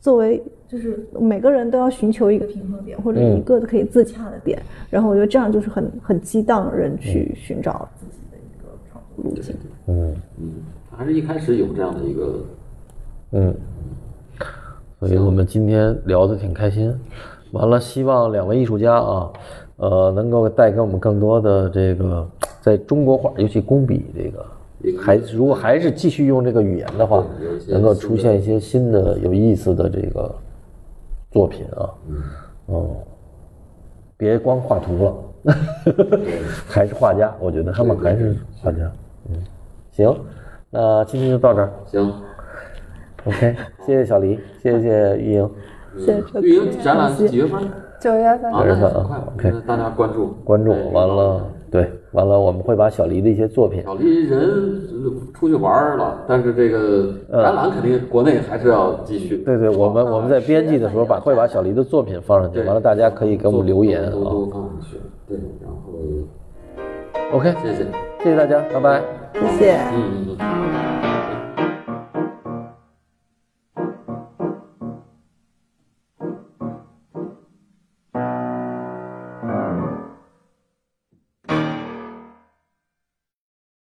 Speaker 3: 作为。就是每个人都要寻求一个平衡点，或者
Speaker 1: 嗯
Speaker 3: 一个可以自洽的点，然后我觉得这样就是很很激荡人
Speaker 1: 嗯
Speaker 3: 去寻找自己的一个创作路径。
Speaker 4: 嗯，还是一开始有这样的一个，
Speaker 1: 嗯，所以我们今天聊的挺开心。完了，希望两位艺术家啊，呃，能够带给我们更多的这个在中国画，尤其工笔这
Speaker 4: 也
Speaker 1: 个，还如果还是继续用这个语言的话，
Speaker 4: 对有一些
Speaker 1: 能够
Speaker 4: 新
Speaker 1: 出
Speaker 4: 的
Speaker 1: 现一些新的有意思的这个作品啊。嗯，别光画图了， 还是画家，我觉得他们还是画家。嗯，行，那今天就到这儿。
Speaker 4: 行，
Speaker 1: OK，谢谢小黎，谢谢玉莹，
Speaker 4: 运营展览是几月份？
Speaker 5: 九月份
Speaker 4: 啊，那
Speaker 1: 月份
Speaker 4: 很快
Speaker 1: 啊
Speaker 4: 吧，
Speaker 1: ，OK
Speaker 4: 那大家关注
Speaker 1: 关注
Speaker 4: 哎
Speaker 1: 完了，对，完了，我们会把小黎的一些作品，
Speaker 4: 小丽人出去玩儿了，但是这个展览肯定国内还是要继续。
Speaker 1: 对对，我们我们在编辑的时候把会把小黎的作品放上去，
Speaker 4: 对
Speaker 1: 完了大家可以给我们留言啊
Speaker 4: 都。都放上去。对，然后
Speaker 1: OK，
Speaker 4: 谢谢，
Speaker 1: 谢谢大家，拜拜。
Speaker 3: 谢谢。
Speaker 4: 嗯嗯嗯。